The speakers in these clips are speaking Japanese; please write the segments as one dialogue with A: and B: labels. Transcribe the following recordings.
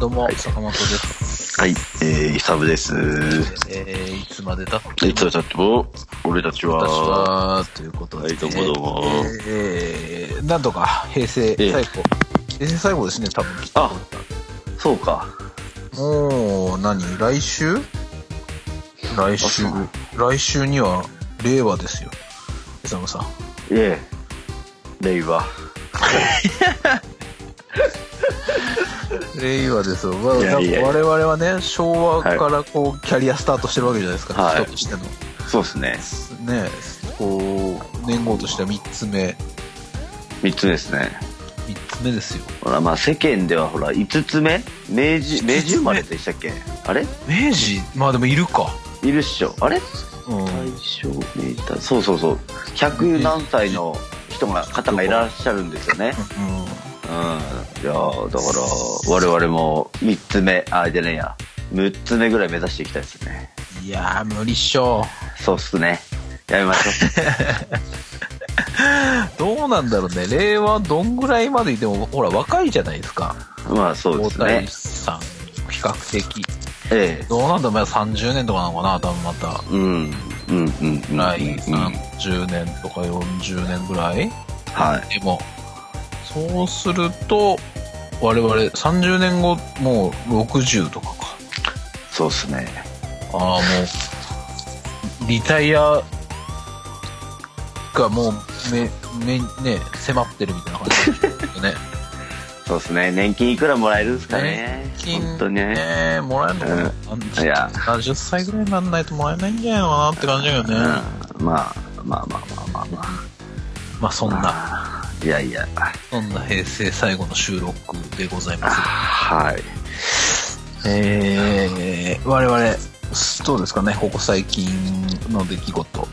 A: どうも、坂本です。
B: はい、えー、イサブです。
A: えー、いつまでだって
B: いつまでたっても、俺た
A: 私
B: ちは、
A: は、ということで。
B: はいどうもどうも
A: えー、なんとか、平成
B: え
A: 最後。平成最後ですね、多分。
B: あ、そうか。
A: もう、何来週来週
B: あそう。
A: 来週には、令和ですよ。イサムさん。
B: いえ、令和。
A: 令和ですよ。まあ
B: いやいやいや
A: 我々はね、昭和
B: はい
A: からこう、キャリアスタートしてるわけじゃないですか、
B: はい
A: 人としての。
B: そうですね。
A: ね、こう、年号としては3つ目。
B: 三つ目ですね。
A: 3つ目ですよ。
B: ほら、まあ世間ではほら、五つ目明治、明治生まれでしたっけあれ
A: 明治まあでもいるか。
B: いるっしょ。あれ
A: うん。
B: 大正、明治大、そうそうそう。百何歳の人が、方がいらっしゃるんですよね。うん。いやーだから、我々も三つ目、あ、じゃねえや。六つ目ぐらい目指していきたいですね。
A: いやー、無理っしょ。
B: そうっすね。やめましょ
A: どうなんだろうね。令和どんぐらいまでいても、ほら、若いじゃないですか。
B: う。まあそうです
A: 大
B: ね
A: 谷。さん、比較的。
B: ええ。
A: どうなんだろう、まあ30年とかなのかな、多分また。
B: うん。うんうんうん。
A: 来
B: うんは
A: 30年とか40年ぐらい
B: い。
A: でも、そうすると、我々30年後、もう60とかか。
B: そうっすね。
A: ああ、もう、リタイアがもう、め、め、ね、迫ってるみたいな感じです よね。
B: そうっすね。年金いくらもらえるんですかね。
A: 年金
B: 本当にね。
A: ねえ、もらえるのかな、
B: いや
A: 70歳ぐらいにならないともらえないんじゃないのかなって感じだよ
B: う
A: ね
B: ん。。まあまあまあまあまあま
A: まあ、そん
B: あ。
A: な、
B: まあいやいや。
A: そんな平成最後の収録でございます。
B: はい。
A: えー、我々、どうですかね、ここ最近の出来事。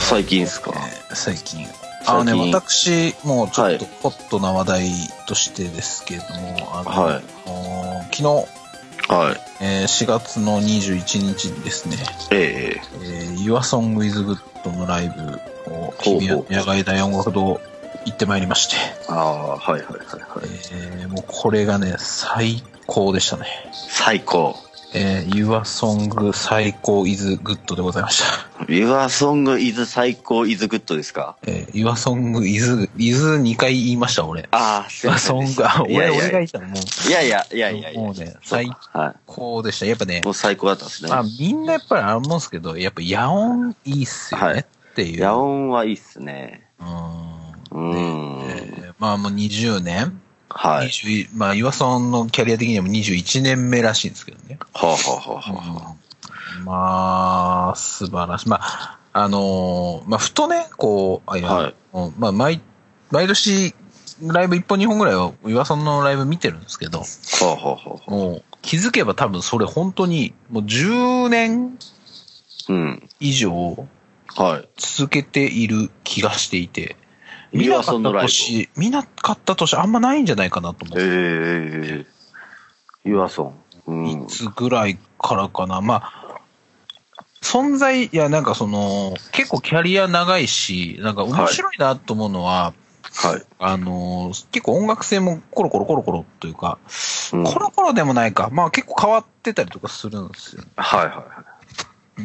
B: 最近っすか。
A: えー最近。あのね、
B: 最近
A: 私、もうちょっと
B: は
A: ホットな話題としてですけれども、あの
B: はい
A: 昨日、
B: はい。
A: えー4月の21日にですね、
B: え
A: えー、YourSongWithGood のライブを日比谷
B: ほうほう
A: 野外大音楽堂行ってまいりまして、
B: え。ああ、はいはいはいはい。
A: えーもうこれがね、最高でしたね。
B: 最高。
A: えー、YourSong 最高 isGood でございました。
B: Your song is 最高 is good ですか
A: えー、YourSong is, is2 回言いました、俺。
B: ああ、すいませんで
A: YourSong
B: した。
A: が、俺、
B: いやいや
A: 俺が言ったの、もう。
B: いやいやいやいやいや。
A: もうね
B: そうかはい。
A: こうでした。やっぱね
B: も、う最高だったですね。
A: まあみんなやっぱりあるもんですけど、やっぱ野音いいっすよ
B: はい
A: ねっていう。
B: 野音はいいっすね。う
A: うん。
B: ん。
A: でまあもう20年、
B: はい。
A: 20まあ岩さんのキャリア的にはもう21年目らしいんですけどね。
B: はあ、はあはあは
A: まあ、素晴らしい。まあ、あのーまあふとね、こう、あいや
B: はい
A: うんまあ毎、毎年、ライブ1本2本ぐらいは岩さんのライブ見てるんですけど、
B: あ、はあはあはあ。
A: もう気づけば多分それ本当にもう10年
B: うん。
A: 以上
B: はい。
A: 続けている気がしていて、見
B: ユ
A: な
B: ア
A: か
B: ソ
A: っ
B: ンの
A: た
B: ライブ。
A: 年、見なかった年あんまないんじゃないかなと思って、
B: ええ。ユアソン。うん
A: い。つぐらいからかな。まあ、存在、いや、なんかその、結構キャリア長いし、なんか面白いなと思うのは、
B: はい。
A: あの、結構音楽性もコロコロコロコロというか、
B: うん
A: コロコロでもないか、まあ結構変わってたりとかするんですよね。
B: はいは
A: う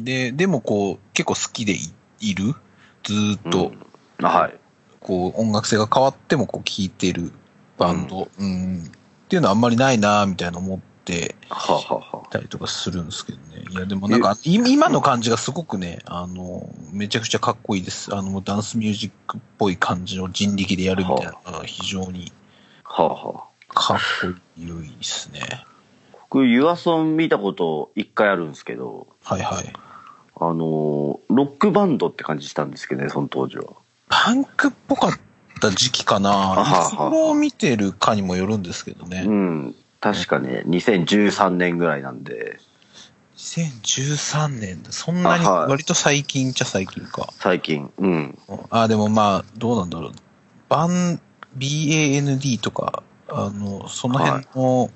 A: ん。で、でもこう、結構好きでいいるずー
B: い。
A: っと。
B: うん。はい。
A: こう、音楽性が変わってもこう聴いてるバンド、うん、っていうのはあんまりないなみたいな思って
B: はあはあはあ。
A: たりとかするんですけどね。いや、でもなんか、い今の感じがすごくね、あの、めちゃくちゃかっこいいです。あの、もうダンスミュージックっぽい感じを人力でやるみたいなのが非常に
B: はあはあ。
A: かっこよいですね。
B: 僕、ユアソン見たこと一回あるんですけど、
A: はいはい。
B: あのー、ロックバンドって感じしたんですけどね、その当時は。
A: パンクっぽかった時期か
B: は
A: な。
B: はい
A: つ頃見てるかにもよるんですけど
B: う
A: ね。
B: ん。確かね、2013年ぐらいなんで、
A: 2013年で、そんなに
B: あはい
A: 割と最近っちゃ最近か。
B: 最近。うん。
A: あ、でもまあ、どうなんだろう。バン、BAND とか、あの、その辺の、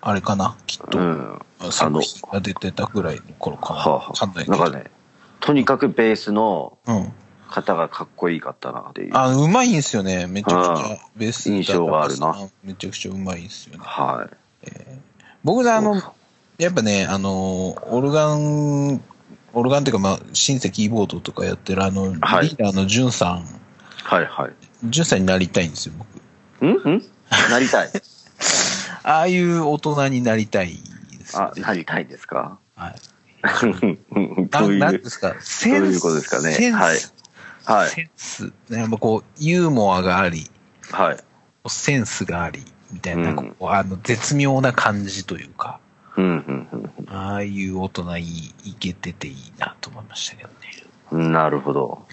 A: あれかな、きっ
B: う
A: と、
B: ん。
A: 作品が出てたぐらいの頃かな。
B: はあはあ
A: わかんないけ
B: なん
A: ど。
B: かね、とにかくベースの
A: うん。
B: 方がかっこいいかったなっていう。
A: あ、うまいんすよね。めちゃくち
B: うん
A: ゃ、ベース
B: 印象があるな
A: ダンスめちゃくちゃうまいんすよね。
B: はい。
A: 僕らあの、やっぱね、あの、オルガン、オルガンっていうか、まあ、シンセキーボードとかやってる、あの、リ
B: はい
A: ーダーのジュンさん、
B: はいはい。
A: ジュンさんになりたいんですよ、僕。
B: ん んなりたい。
A: ああいう大人になりたいですよ
B: あ、
A: ね。
B: なりたいで すか
A: はい。
B: どう
A: な
B: いう、
A: な
B: ど
A: ん
B: う
A: ですか、センス。
B: いうことですかね。
A: センス。
B: はい。はい。
A: センス。やっぱこう、ユーモアがあり、
B: はい。
A: センスがあり、みたいな、
B: うん
A: こうあの、絶妙な感じというか、
B: うん、うん、
A: ああいう大人いい、いけてていいなと思いましたけどね。
B: うん。なるほど。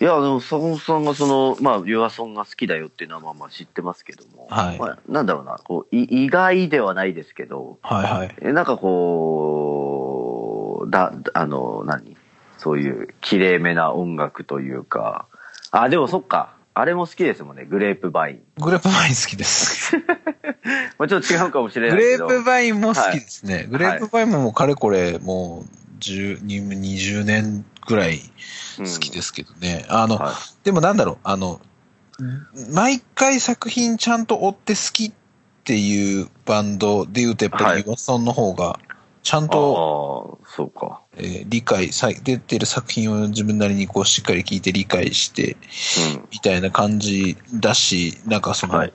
B: いや、でも、坂本さんがその、まあ、ユアソンが好きだよっていうのはまあまあ知ってますけども、
A: はい
B: まあ、なんだろうな、こう、い意外ではないですけど、
A: はいはい。
B: えなんかこう、だ、あの、何そういう、きれいめな音楽というか、あ、でもそっか、あれも好きですもんね、グレープバイン。
A: グレープバイン好き です。
B: まあ、ちょっと違うかもしれな
A: グ
B: いけ
A: レ
B: ど。
A: ープバインも好きですね。グレープバインももうかれこれ、もう10、20年ぐらい好きですけどね。あの、
B: はい
A: でもなんだろう、あの、毎回作品ちゃんと追って好きっていうバンドで言うと、やっぱ
B: はい
A: り岩ソンの方が、ちゃん
B: ああ
A: と、、
B: そうか。
A: えー理解さ、出てる作品を自分なりにこうしっかり聞いて理解して、
B: うん。
A: みたいな感じだし、なんかその、
B: はい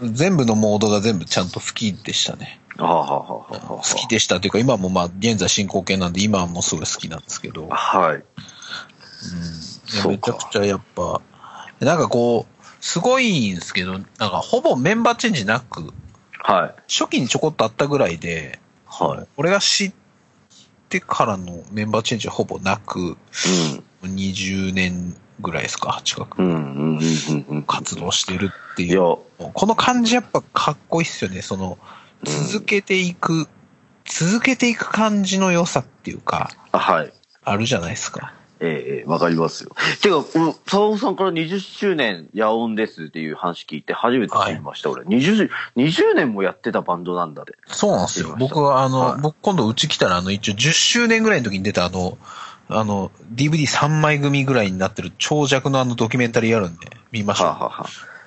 A: 全部のモードが全部ちゃんと好きでしたね。
B: はあ、はあはあはあはあ
A: 好きでしたというか、今もまあ、現在進行形なんで、今はもうすごい好きなんですけど。
B: はい。
A: うん、
B: そう
A: めち
B: か
A: ゃくちゃやっぱ、なんかこう、すごいんですけど、なんかほぼメンバーチェンジなく、
B: はい。
A: 初期にちょこっとあったぐらいで、
B: はい。
A: 俺が知ってからのメンバーチェンジはほぼなく、20年ぐらいですか、近
B: う
A: く
B: ん。うん。うん。うん。うん。
A: 活動してるって
B: い
A: い
B: や、
A: う。
B: は
A: この感じやっぱかっこいいっすよね、その、
B: うん
A: 続けていく、続けていく感じの良さっていうか、
B: い。
A: あるじゃないですか。
B: ええええ、わかりますよ。てか、この、沢尾さんから20周年、野音ですっていう話聞いて初めて知りました、俺。20、20年もやってたバンドなんだで。
A: そうなんですよ。僕は、あの、
B: はい
A: 僕今度うち来たら、あの、一応10周年ぐらいの時に出た、あの、あの、DVD3 枚組ぐらいになってる長尺のあのドキュメンタリーあるんで、見まし
B: は
A: ょう。
B: あ、はあは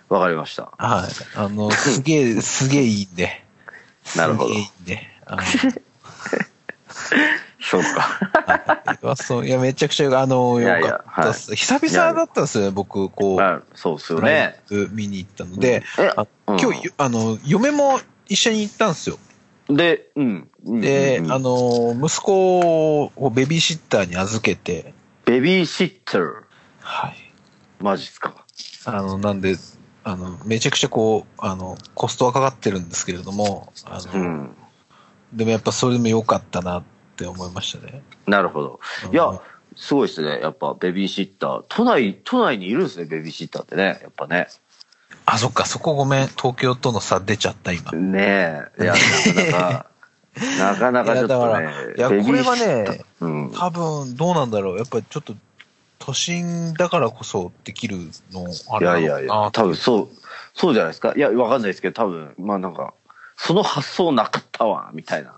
B: あ、わかりました。
A: はい。あの、す げえ、すげえいいんで。
B: なるほ
A: す
B: ど
A: げえいいんで。あの
B: そう か。
A: はいそういや、めちゃくちゃ、あの、
B: い
A: よ
B: やいや
A: かったっす。久々だったんですよね、僕、こう、
B: まあ、そうっすよ
A: ライ
B: ね。
A: ブ見に行ったので、
B: え
A: あ、
B: うん
A: 今日、あの、嫁も一緒に行ったんですよ。
B: で、うん。うん
A: で、
B: うん
A: あの、息子をベビーシッターに預けて、
B: ベビーシッター。
A: はい。
B: マジっすか。
A: あの、なんで、あの、めちゃくちゃこう、あの、コストはかかってるんですけれども、あ
B: う
A: の、
B: ん。
A: でもやっぱそれでも良かったなって思いましたね。
B: なるほど。
A: うん
B: いや、すごいですね。やっぱ、ベビーシッター。都内、都内にいるんですね、ベビーシッターってね。やっぱね。
A: あ、そっか、そこごめん、東京との差出ちゃった、今。
B: ねえ。いや、なかなか、なかなかちょっとね。
A: いやだからいや
B: ベビーシッター
A: これはね、
B: うん。
A: 多分、どうなんだろう。やっぱりちょっと、都心だからこそできるの、あ
B: い
A: れな
B: や
A: の
B: いやい
A: か
B: や、多分そう、そうじゃないですか。いや、わかんないですけど、多分、まあなんか、その発想なかったわ、みたいな。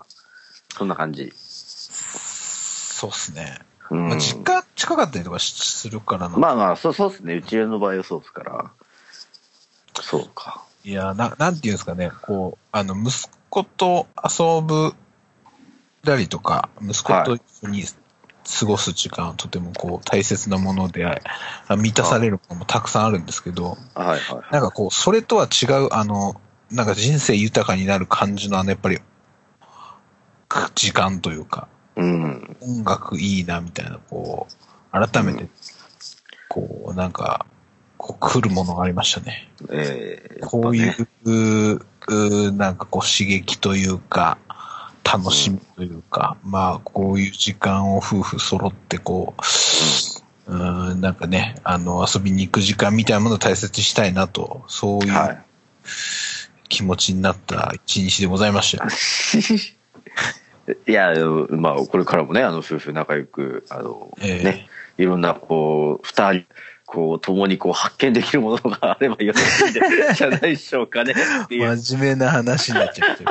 B: そんな感じ。
A: そうっすね。
B: うん
A: まあ、実家近かったりとかしするからな。
B: まあまあ、そうそうですね。うちの場合はそうですから。そうか。
A: いや、な、なんていうんですかね、こう、あの、息子と遊ぶだりとか、息子と一緒に過ごす時間はとてもこう、大切なものであり、あ満たされるものもたくさんあるんですけど、
B: はいはい。
A: なんかこう、それとは違う、あの、なんか人生豊かになる感じの、あの、やっぱり、く時間というか、
B: うん。
A: 音楽いいな、みたいな、こう、改めて、こう、なんか、こう、来るものがありましたね。
B: ええ
A: こういう、うーなんかこう刺激というか、楽しみというか、まあこういう時間を夫婦揃ってこう、うーん、なんかね、あの遊びに行く時間みたいなものを大切にしたいなと、そうい
B: は
A: う
B: い。
A: 気持ちになった一日でございましたよ。
B: いや、でもまあ、これからもね、あの、夫婦仲良く、あの、
A: ええ
B: ね、いろんな、こう、二人、こう、共にこう、発見できるもの があればよろしいんでじゃないでしょうかね。っていう
A: 真面目な話になっちゃってる。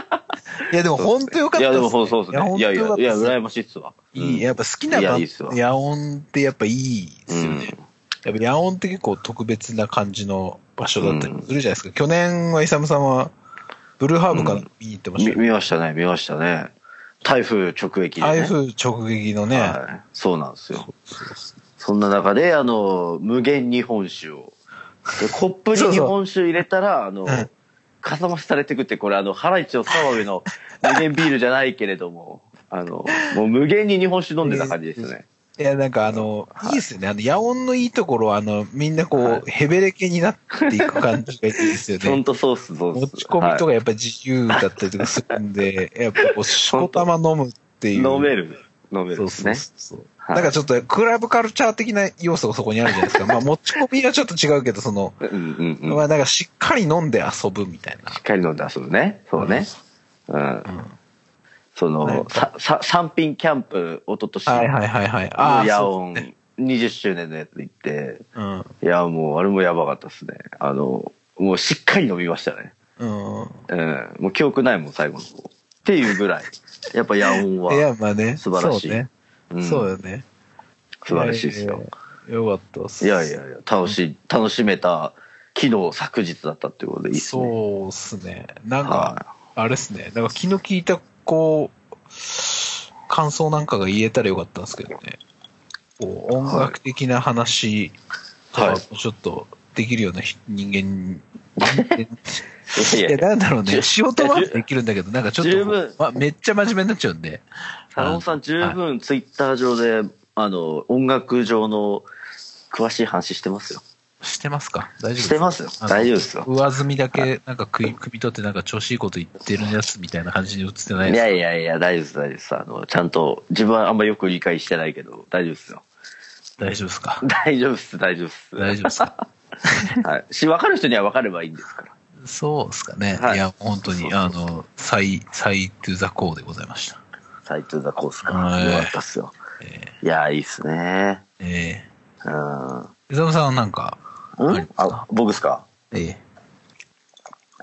A: いや、でも本当よか
B: い
A: った
B: や、
A: っ
B: です
A: ね
B: も、そうそうですね。いやいや、いや、
A: いや、
B: 羨ましいっすわ。
A: いいやっぱ好きない
B: や
A: バ
B: いいっすわ
A: ンド、野音ってやっぱいいで
B: う
A: すよ
B: ん
A: ね。やっぱ野音って結構特別な感じの場所だったりするじゃないですか。去年はイサムさんは、ブルーハーブから見に行ってました
B: 見
A: よね。
B: 見ましたね、見ましたね。台風直撃でね。
A: 台風直撃のね、
B: はい、そうなんですよ。
A: そうそう
B: そんな中で、あの、無限日本酒を。でコップに日本酒入れたら、あの
A: うん、
B: かさ増しされてくって、これ、あの、ハライチの澤 部の無限ビールじゃないけれども、あの、もう無限に日本酒飲んでた感じですね。
A: いや、なんかあの、
B: はい
A: いいですよね。あの、野音のいいところは、あの、みんなこう、
B: はい
A: ヘベレケになっていく感じがいいですよ
B: ほん
A: ね。
B: とそうっす、そうっす。
A: 持ち込みと
B: は
A: かやっぱ自由だったりとかするんで、やっぱこう、しこたま飲むって
B: い
A: いう。
B: 飲める。飲める
A: そ
B: ん
A: う
B: です
A: そう
B: ね。
A: そう。
B: はい
A: なんかちょっと、クラブカルチャー的な要素がそこにあるじゃない ですか。まあ、持ち込みはちょっと違うけど、その、
B: うんうんうん。
A: まあ、なんかしっかり飲んで遊ぶみたいな。
B: しっかり飲んで遊ぶね。そうね。うん。そ
A: はい
B: の、さ、さ、三品キャンプ、おととし、
A: はいはいはいはい。あ
B: の
A: あ、
B: ヤ
A: そ
B: オン、20周年のやつ行って、
A: う。うん。
B: いや、もう、あれもやばかったですね。あの、もうしっかり飲みましたね。
A: うん。
B: うん。もう記憶ないもん、最後の方。っていうぐらい。やっぱヤオンは。
A: いや、まあね。
B: 素晴らしい
A: そうね。
B: うん
A: そうだよね。
B: 素晴らしいですよ。
A: いやいや。よかったっす。
B: いやいやいや、楽し、楽しめた、昨日、昨日だったっていうことでいいっすね。
A: そうっすね。なん
B: は
A: か、あれっすね。なんか気の利いた、こう、感想なんかが言えたらよかったんですけどね。こう、音楽的な話とか
B: はい、
A: ちょっとできるようなひ人 間、人間
B: い
A: い
B: や
A: や、
B: いや、
A: なんだろうね。
B: じ
A: 仕事はできるんだけど、なんかちょっと
B: 十分、
A: まあ、めっちゃ真面目になっちゃうんで。
B: 坂本さん、十
A: はい
B: 分、ツイッター上で、あの、音楽上の詳しい話してますよ。
A: してますか大丈夫です
B: してますよ
A: あの
B: 大丈夫ですよ
A: 上積みだけ、なんかくい、くみ取って、なんか調子いいこと言ってるやつみたいな感じに映ってない
B: い
A: です
B: やいやいや、大丈夫です、大丈夫です。あの、ちゃんと、自分はあんまよく理解してないけど、大丈 夫ですよ。
A: 大丈夫ですか
B: 大丈夫っす、大丈夫っす。
A: 大丈夫ですか
B: はい。し、分かる人には分かればいいんですから。
A: そうですかね。
B: はい
A: い、や、本当に、あの、サイ、サイトゥザコーでございました。
B: 斎藤座コースか。
A: はい
B: よかったっすよ。
A: え
B: いや、いいっすね。
A: ー、え
B: うん。ん
A: ー、伊沢さんはなんか、わかります
B: あ
A: か、
B: 僕っすか
A: え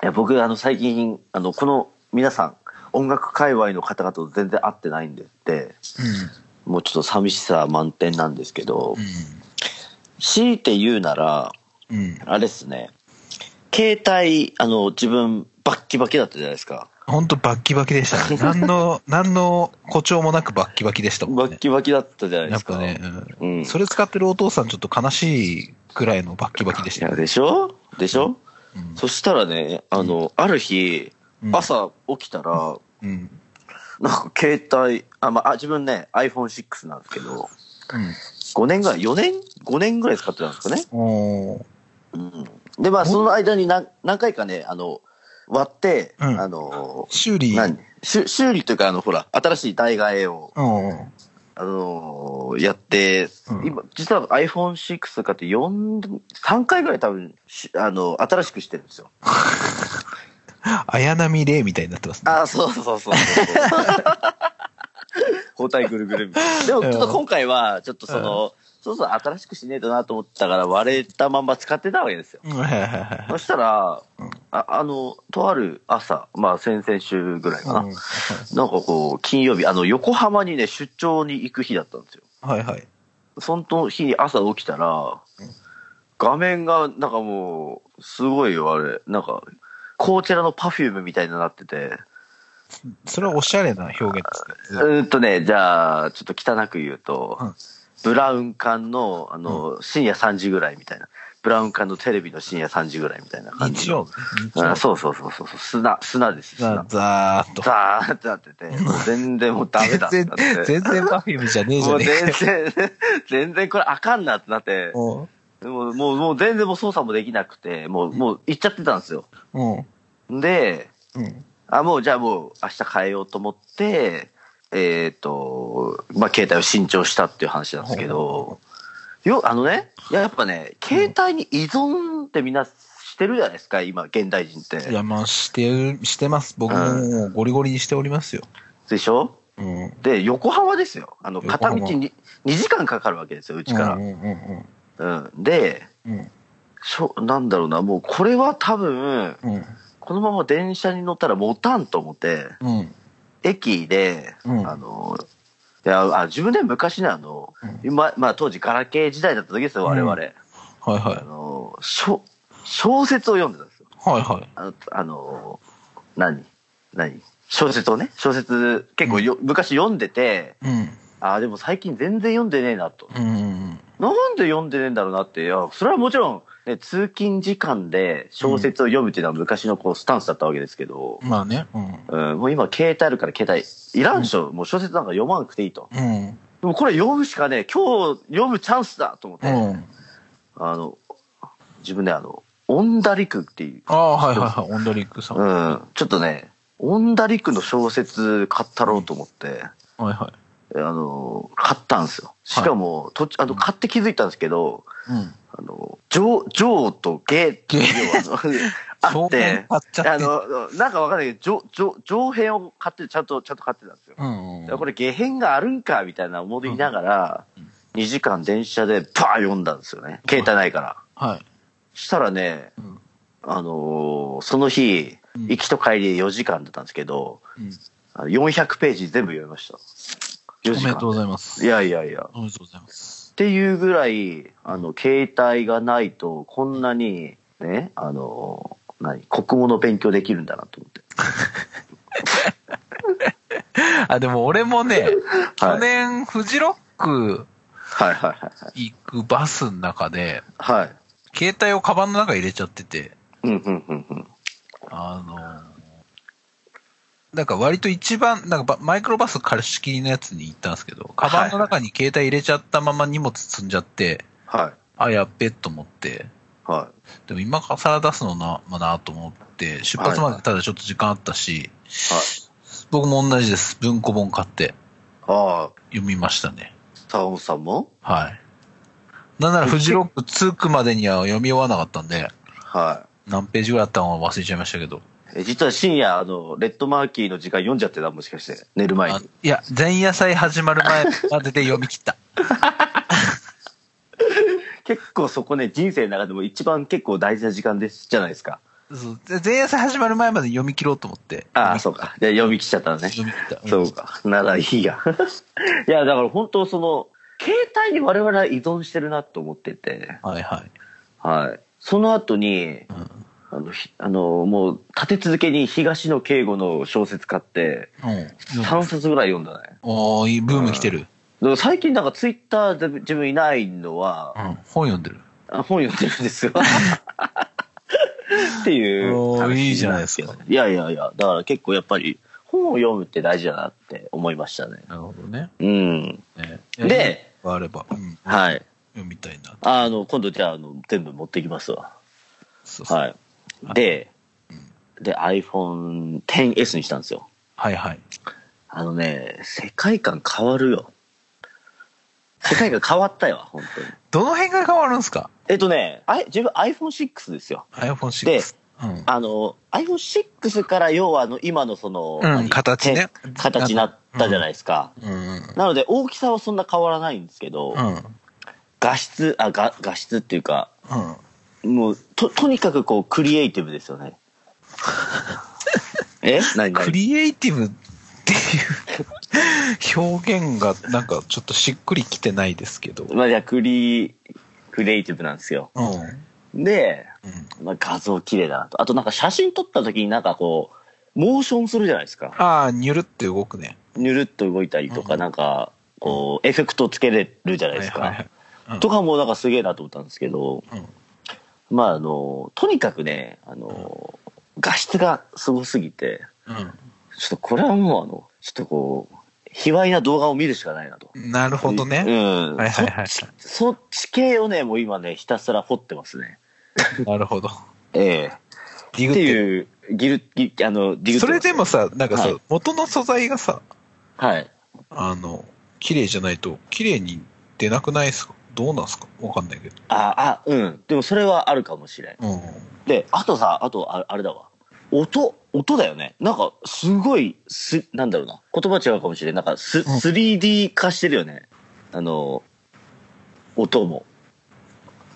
B: いや、僕、あの、最近、あの、この、皆さん、音楽界隈の方々と全然会ってないんで、で、
A: ー、
B: もうちょっと寂しさ満点なんですけど、強いて言うなら、
A: うん、うん、うん。
B: あれですね、携帯、あの、自分、バッキバキだったじゃないですか。
A: 本当バッキバキでした ね。何の、何の誇張もなくバッキバキでしたも
B: バ
A: ん
B: ッ
A: ね。
B: キバキだったじゃないで
A: やっ
B: すか。
A: ぱね、うん
B: うん
A: それ使ってるお父さんちょっと悲しいくらいのバッキバキでし
B: い
A: た
B: や、
A: よ。
B: でしょでしょ、
A: うん
B: そしたらね、あの、ある日、
A: うん
B: 朝起きたら、
A: うん。うん。
B: なんか携帯、あ、まあ、あ自分ね、iPhone6 なんですけど、5年ぐらい、4年 ?5 年ぐらい使ってたんですかね。
A: おー
B: うん。で、まあ、その間に何何回かね、あの、割って、
A: うん
B: あの、
A: 修理。
B: 何修修理というか、あの、ほら、新しい代替えを、
A: うん。
B: あのーやって、
A: うん
B: 今、実は iPhone6 買って4、3回ぐらい多分、しあの、新しくしてるんですよ。
A: 綾波レイみたいになってますね。
B: ああ、そうそうそうそうそう。 包帯ぐるぐるみたいな。でも、ちょっと今回は、ちょっとその、そうそう、新しくしねえとなと思ったから、割れたまんま使ってたわけですよ。
A: うんはいはいはい
B: そ
A: はい
B: したら
A: うん、
B: ああの、とある朝、まあ、先々週ぐらいかな。
A: うん
B: なんかこう、金曜日、あの、横浜にね、出張に行く日だったんですよ。
A: はいはい。
B: その日に朝起きたら、画面がなんかもう、すごいよ、あれ。なんか、こちらのパフュームみたいになってて。
A: それはおしゃれな表現です
B: う
A: ね。うん
B: ーんとね、じゃあ、ちょっと汚く言うと、
A: うん
B: ブラウン管の、あの、深夜3時ぐらいみたいな。ブラウン管のテレビの深夜3時ぐらいみたいな感じ
A: 日
B: の。
A: 曜日。日
B: あ
A: 曜
B: そうそうそうそうそう、砂、砂です、砂。
A: ざーっと。
B: ザーってなってて、もう全然もうダメだって
A: 全
B: なっ
A: 然、
B: て。
A: 全然パフィームじゃねえじ
B: も
A: ゃ
B: う
A: ねえ
B: 全然、 全然これあかんなってなって、
A: うん
B: もう、もう、もう全然もう操作もできなくて、もう、もう行っちゃってたんですよ。
A: うん。
B: で、
A: うん。
B: あ、もうじゃあもう明日変えようと思って、えっ、と、まあ、携帯を新調したっていう話なんですけど、よ、あのね、いややっぱね、携帯に依存ってみんなしてるじゃないですか、今、現代人って。
A: いや、まあ、してる、してます。僕もゴリゴリにしておりますよ。
B: でしょ
A: うん。
B: で、横浜ですよ。あの、
A: 横浜
B: 片道に2時間かかるわけですよ、うち
A: う
B: か
A: んうん
B: ら。うん。で、
A: うんうん。
B: しょ、なんだろうな、もうこれは多分、
A: うん。
B: このまま電車に乗ったら持たんと思って、
A: うん。
B: 駅で、
A: うん
B: あの、いやあ自分で昔ね、あの、今、まあ当時ガラケー時代だった時ですよ、我々。
A: うんはいは
B: あの、小、小説を読んでたんですよ。
A: い。はいはい。
B: あの、あの何何小説をね、小説結構よ、昔読んでて、
A: うん。
B: ああ、でも最近全然読んでねえなと。
A: うん。
B: なんで読んでねえんだろうなって、いや、それはもちろん、ね、通勤時間で小説を読むっていうのは昔のこうスタンスだったわけですけど、
A: まあね。うん。
B: うん、もう今携帯あるから携帯いらんでしょ、もう小説なんか読まなくていいと。
A: うん。
B: でもこれ読むしかねえ、今日読むチャンスだと思って、
A: うん。
B: あの、自分ね、あの、オンダリクっていう、
A: ああ、はいはいはい。オンダリックさん。
B: う
A: はい
B: ん、ちょっとね、オンダリクの小説買ったろうと思って、
A: は
B: あの、買ったんですよ。しかも、とあの買って気づいたんですけど、
A: い。うん。
B: あの、ジョー、ジョーとゲーっていうのがあのあっ
A: そう
B: て、
A: 買っちゃって
B: あの、なんかわかんないけど、上、上、上辺を買って、ちゃんと、ちゃんと買ってたんですよ。
A: うん。
B: これ下辺があるんか、みたいな思いながら、2時間電車でバー読んだんですよね。携帯ないから。
A: はい。
B: そしたらね、
A: うん。
B: あのーその日、
A: うん
B: 行きと帰り4時間だったんですけど、
A: うん
B: あの400ページ全部読みました。
A: お
B: 4
A: め
B: 時
A: でとうご
B: 間。
A: ざいます。
B: いやいやいや。
A: おめでとうございます
B: っ。ていうぐらい、あの、携帯がないと、こんなに、ね、あの、何、国語の勉強できるんだなと思って。
A: あ、でも俺もね、
B: はい
A: 去年、フジロック
B: はいはいはいはい。
A: 行くバスの中で、
B: はい。
A: 携帯をカバンの中に入れちゃってて、
B: うんうんうんうん。
A: あのーなんか割と一番、なんかばマイクロバス貸し切りのやつに行ったんですけど、カバンの中に携帯入れちゃったまま荷物積んじゃって、
B: はい。
A: あ、やっべと思って、
B: は
A: でも今更出すのな、まあなと思って、出発までただちょっと時間あったし、
B: い。はい。
A: 僕も同じです。文庫本買って
B: ああ、
A: 読みましたね。
B: 坂本さんも
A: はい。なんならフジロック2区までには読み終わらなかったんで、
B: は
A: 何ページぐらいあったのか忘れちゃいましたけど。
B: い。え実は深夜、あの、レッドマーキーの時間読んじゃってた、もしかして。寝る前
A: あ
B: に。
A: いや、前夜祭始まる前までで読み切った。
B: 結構そこね、人生の中でも一番結構大事な時間です、じゃないですか。
A: そうで前夜祭始まる前まで読み切ろうと思って。
B: ああ、そうか。じゃあ読み切っちゃったのね。
A: 読み切った。
B: そうか。ならいいや。 いや、だから本当その、携帯に我々は依存してるなと思ってて、
A: はいはい。
B: はい。その後に、
A: うん。
B: あの、ひあのもう立て続けに東野圭吾の小説買って、
A: うん、
B: 3冊ぐらい読んだね。
A: おーいいブーム来てる。
B: だから最近なんかツイッターで自分いないの
A: う
B: は、
A: ん。本読んでる。
B: あ本読んでる んですよ。っていう
A: おー
B: 話ん
A: いいじゃないですか
B: けどいやいやいや、だから結構やっぱり本を読むって大事だなって思いましたね。
A: なるほどね。
B: うん。
A: ねい
B: で、
A: いのがあれば、うん、
B: はい。
A: 読みたいな。
B: あの、今度じゃあ、あの、全部持ってきますわ。
A: そうそう
B: はい。で、で、iPhone XS にしたんですよ。
A: はいはい。
B: あのね、世界観変わるよ。世界観変わったよ、本当に。
A: どの辺が変わるんですか
B: えっとね、あい自分 iPhone6 ですよ。
A: ?iPhone6。
B: で
A: うん。
B: あの、iPhone6 から要はあの、今のその、
A: うん
B: 何
A: 形ね
B: 変形になったじゃないですか。
A: うん。
B: なので、大きさはそんな変わらないんですけど、
A: うん。
B: 画質、あ、画画質っていうか、
A: うん。
B: もう、と、とにかくこう、クリエイティブです よね。え何
A: ク
B: 何
A: リエイティブっていう表現がなんかちょっとしっくりきてないですけど。うん。
B: まあ、じゃあクリ、クリエイティブなんですよ。で、
A: うん
B: まあ、画像綺麗だなと。あとなんか写真撮った時になんかこう、モーションするじゃないですか。
A: ああ、にゅるって動くね。
B: ぬるっと動いたりとか、
A: うん
B: なんか、こう、エフェクトつけれるじゃないです
A: はいは
B: か
A: い。はいうん
B: とかもなんかすげえなと思ったんですけど、
A: うん。
B: まああの、とにかくね、あの、画質がすごすぎて、ちょっとこれはもうあの、ちょっとこう、卑猥な動画を見るしかないなと。
A: うん。なるほどね。
B: うん。
A: はいはいはい
B: そっちそっち系をね、もう今ね、ひたすら掘ってますね。
A: なるほど。
B: ええ
A: リグ
B: っ
A: っててる
B: いう、ギル、ギあの、ディグってます
A: それでも、さ、なんかさ、
B: はい
A: 元の素材がさ、
B: はい。
A: あの、綺麗じゃないと、綺麗に出なくないですかどうなんすかわかんないけど。
B: あ、あ、うん。でもそれはあるかもしれん。
A: うん。
B: で、あとさ、あと、ああれだわ。音、音だよね。なんか、すごい、す、なんだろうな。言葉違うかもしれん。なんか、す、3D 化してるよね。あの、音も。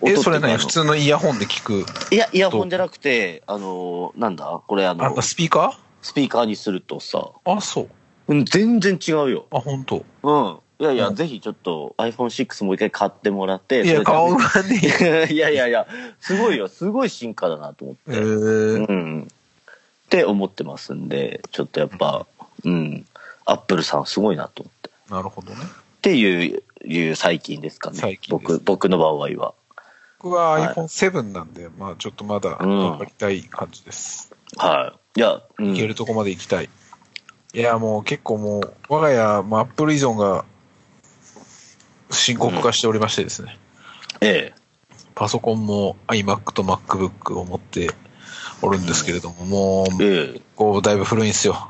A: え、
B: 音って
A: それ
B: あ
A: ね、
B: の
A: 普通のイヤホンで聞く。
B: いや、イヤホンじゃなくて、あのー、なんだこれあ
A: あ
B: の
A: んた、スピーカ
B: スピーカーにするとさ、
A: ーあ、そう。
B: うん、全然違うよ。
A: あ、本当。
B: うん。いやいや、
A: うん
B: ぜひちょっと iPhone6 もう一回買ってもらって。
A: いや、顔
B: そ
A: がね
B: れで いやいやいや、すごいよ。すごい進化だなと思っ
A: え。え
B: て。うん。って思ってますんで、ちょっとやっぱ、うん。アップルさんすごいなと思って。
A: なるほどね。
B: っていう、いう最近ですかね。
A: 最近です
B: 僕、僕の場合は。
A: 僕は
B: はい
A: iPhone7 なんで、まあちょっとまだ
B: うん
A: 頑張りたい感じです。
B: はい。いや、う
A: 行け
B: ん
A: る。とこまで行きたい。いや、もう結構もう、我が家、まあ、Apple 依存が深刻化しておりましてですね、
B: ええ。
A: パソコンも iMac と MacBook を持っておるんですけれども、もう、
B: ええ。
A: こう、だいぶ古いんですよ。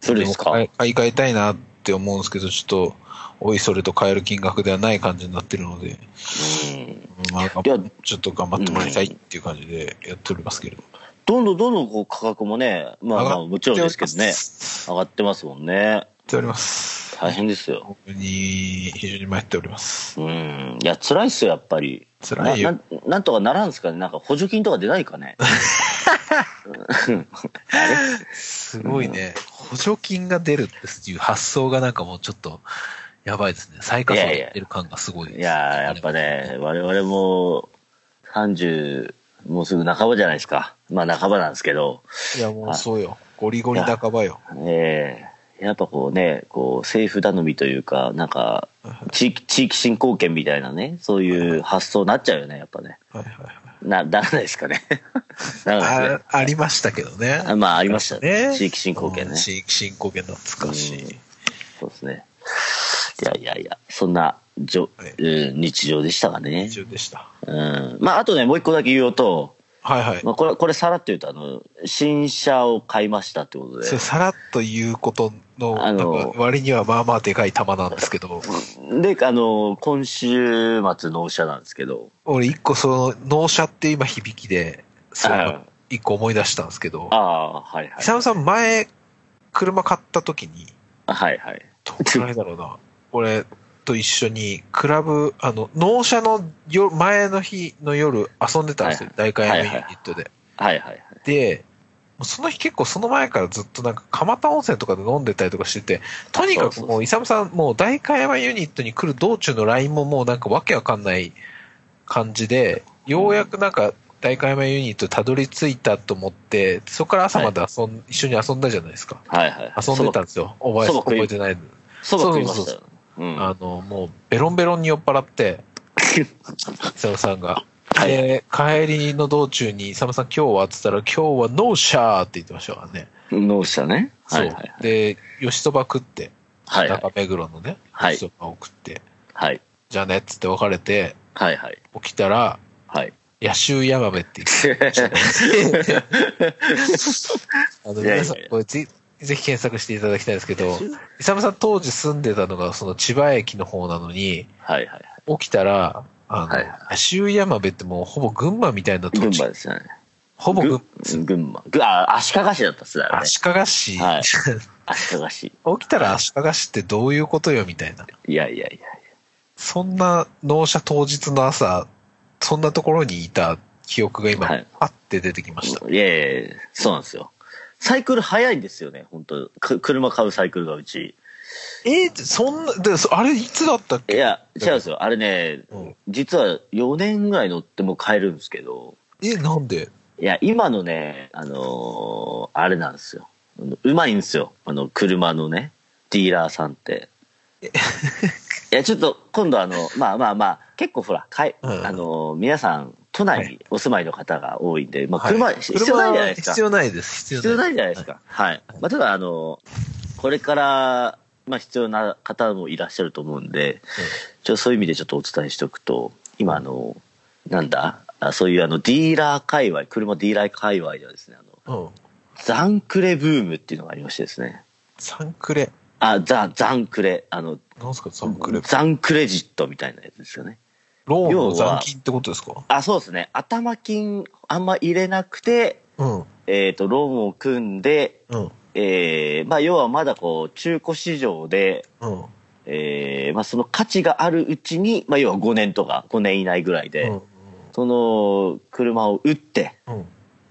B: それですか
A: も買い買い替えたいなって思うんですけど、ちょっと、おいそれと買える金額ではない感じになってるので、
B: うん。
A: まあ、
B: いや
A: ちょっと頑張ってもらいたいっていう感じでやっておりますけれど。
B: どんどんどんどんこう価格もね、まあまあもちろんですけど
A: や
B: ね
A: っ、て
B: 上がってますもんね。
A: おります。
B: 大変ですよ。
A: 本当に、非常に迷っております。
B: うん。いや、辛いっすよ、やっぱり。
A: 辛いよ
B: ななんなんとかならんすかねなんか補助金とか出ないかね
A: すごいね。補助金が出るっていう発想がなんかもうちょっと、やばいですね。最下層に出る感がすごいです
B: いやー、やっぱね、我々も30、もうすぐ半ばじゃないですか。まあ半ばなんですけど、
A: いや、もうそうよ。ゴリゴリ半ばよ。
B: えーやっぱこうね、こう政府頼みというか、なんか地域、地域振興券みたいなね、そういう発想になっちゃうよね、やっぱね。
A: はいはいはい
B: な、ならないですか ね。ならないですね
A: あありましたけどね。
B: あまあ、ありましたね。
A: ね
B: 地域振興券
A: うん
B: ね。
A: 地域振興券懐かしい。
B: そうですね。いやいやいや、そんな、じょ
A: はい
B: うん日常でしたがね
A: 以。上でした。
B: うん。まあ、あとね、もう一個だけ言おうと、
A: はいはい。
B: まあ、これ、これさらっと言うと、あの、新車を買いましたってことで
A: それ。さらっと言うことの、な
B: あ
A: んか
B: の
A: 割にはまあまあでかい玉なんですけ ど、
B: で、あの、今週末納車なんですけど、
A: 俺一個その、納車って今響きで、そう
B: はい
A: 一個思い出したんですけど
B: あ、あ、はいはい。
A: 久野さん前、車買った時に、
B: はいはい。
A: どんくらいだろうな、俺と一緒に、クラブ、あの、納車のよ前の日の夜遊んでたんですよ、大会のユニットで。
B: はいはいはい。
A: で、その日結構その前からずっとなんか蒲田温泉とかで飲んでたりとかしてて、とにかく
B: そうそう
A: も、
B: そう
A: イサムさん、もう大会山ユニットに来る道中の LINE ももうなんかわけわかんない感じで、ようやくなんか大会山ユニットたどり着いたと思って、そこから朝まで遊ん、一緒に遊んだじゃないですか。
B: はいはい。
A: 遊んでたんですよ。お前
B: そば食
A: 覚
B: い
A: えてないの。
B: そば食いましたよ。うん。
A: あの、もうベロンベロンに酔っ払って、 イサムさんが。
B: はい
A: で、帰りの道中に、イサムさん今日はって言ったら、今日はノーシャーって言ってましたからね。
B: 納車ね。
A: そう。
B: はいはい。
A: で、吉そば食って、
B: はいはい
A: 中目黒のね、
B: はい
A: 吉そばを食って、
B: はい。
A: じゃあねっつって別れて、
B: はいはい。
A: 起きたら、
B: はい。
A: 野州ヤマメって 言って、あの、
B: いやいやいや
A: 皆さん、これぜぜひ検索していただきたいんですけど、イサムさん当時住んでたのが、その千葉駅の方なのに、
B: はいはい。
A: 起きたら、あの、
B: はいは
A: 野州ヤマベってもうほぼ群馬みたいな土
B: 群
A: 地
B: 馬、ですよね。
A: ほぼ群
B: ぐ群馬。ぐあ、足利市だったっすだよね。
A: 足利市、
B: はい
A: 起
B: 足利市。
A: きたら足利市ってどういうことよみたいな。
B: いやいやいや。
A: そんな納車当日の朝、そんなところにいた記憶が今、
B: はい
A: パッて出てきました。
B: いやいやいや、そうなんですよ。サイクル早いんですよね、本当く車買うサイクルがうち。
A: えーそんな、で、そあれいつだったっ
B: い
A: け
B: や、違うんですよ。あれね、
A: うん
B: 実は4年ぐらい乗ってもう買えるんですけど、
A: え、なんで
B: いや、今のね、あのーあれなんですよ。あのうまいんですよ。あの、車のね、ディーラーさ んって。いや、ちょっと、今度あの、まあまあまあ、結構ほら、かい、
A: うん
B: あのー皆さん、都内にお住まいの方が多いんで、まあ、車、
A: はい
B: 必要ないじゃな
A: 車は
B: いですか
A: 必。要ないです。必
B: 必
A: 要
B: 要
A: ない。
B: ないじゃないですか。はい。まあ、ただ、あの、これから、まあ、必要な方もいらっしゃると思うんで、ちょそういう意味でちょっとお伝えしておくと、今、あの、なんだあそういうあの、ディーラー界隈、車ディーラー界隈ではですね、あの、
A: うん。
B: ザンクレブームっていうのがありましてですね。
A: サンクレ。
B: あ、ザ、ザンクレ、あの、
A: なんすか、サンクレ。
B: ザンクレジットみたいなやつですよね。
A: ローン
B: 要
A: の
B: は
A: 残金ってことですか
B: あ、そうですね。頭金あんま入れなくて、
A: うん。
B: えっ、と、ローンを組んで、
A: うん。
B: えーまあ、要はまだこう、中古市場で、
A: うん。
B: えーまあ、その価値があるうちに、まあ、要は5年とか5年以内ぐらいで、
A: うん
B: その車を売って、
A: うん。は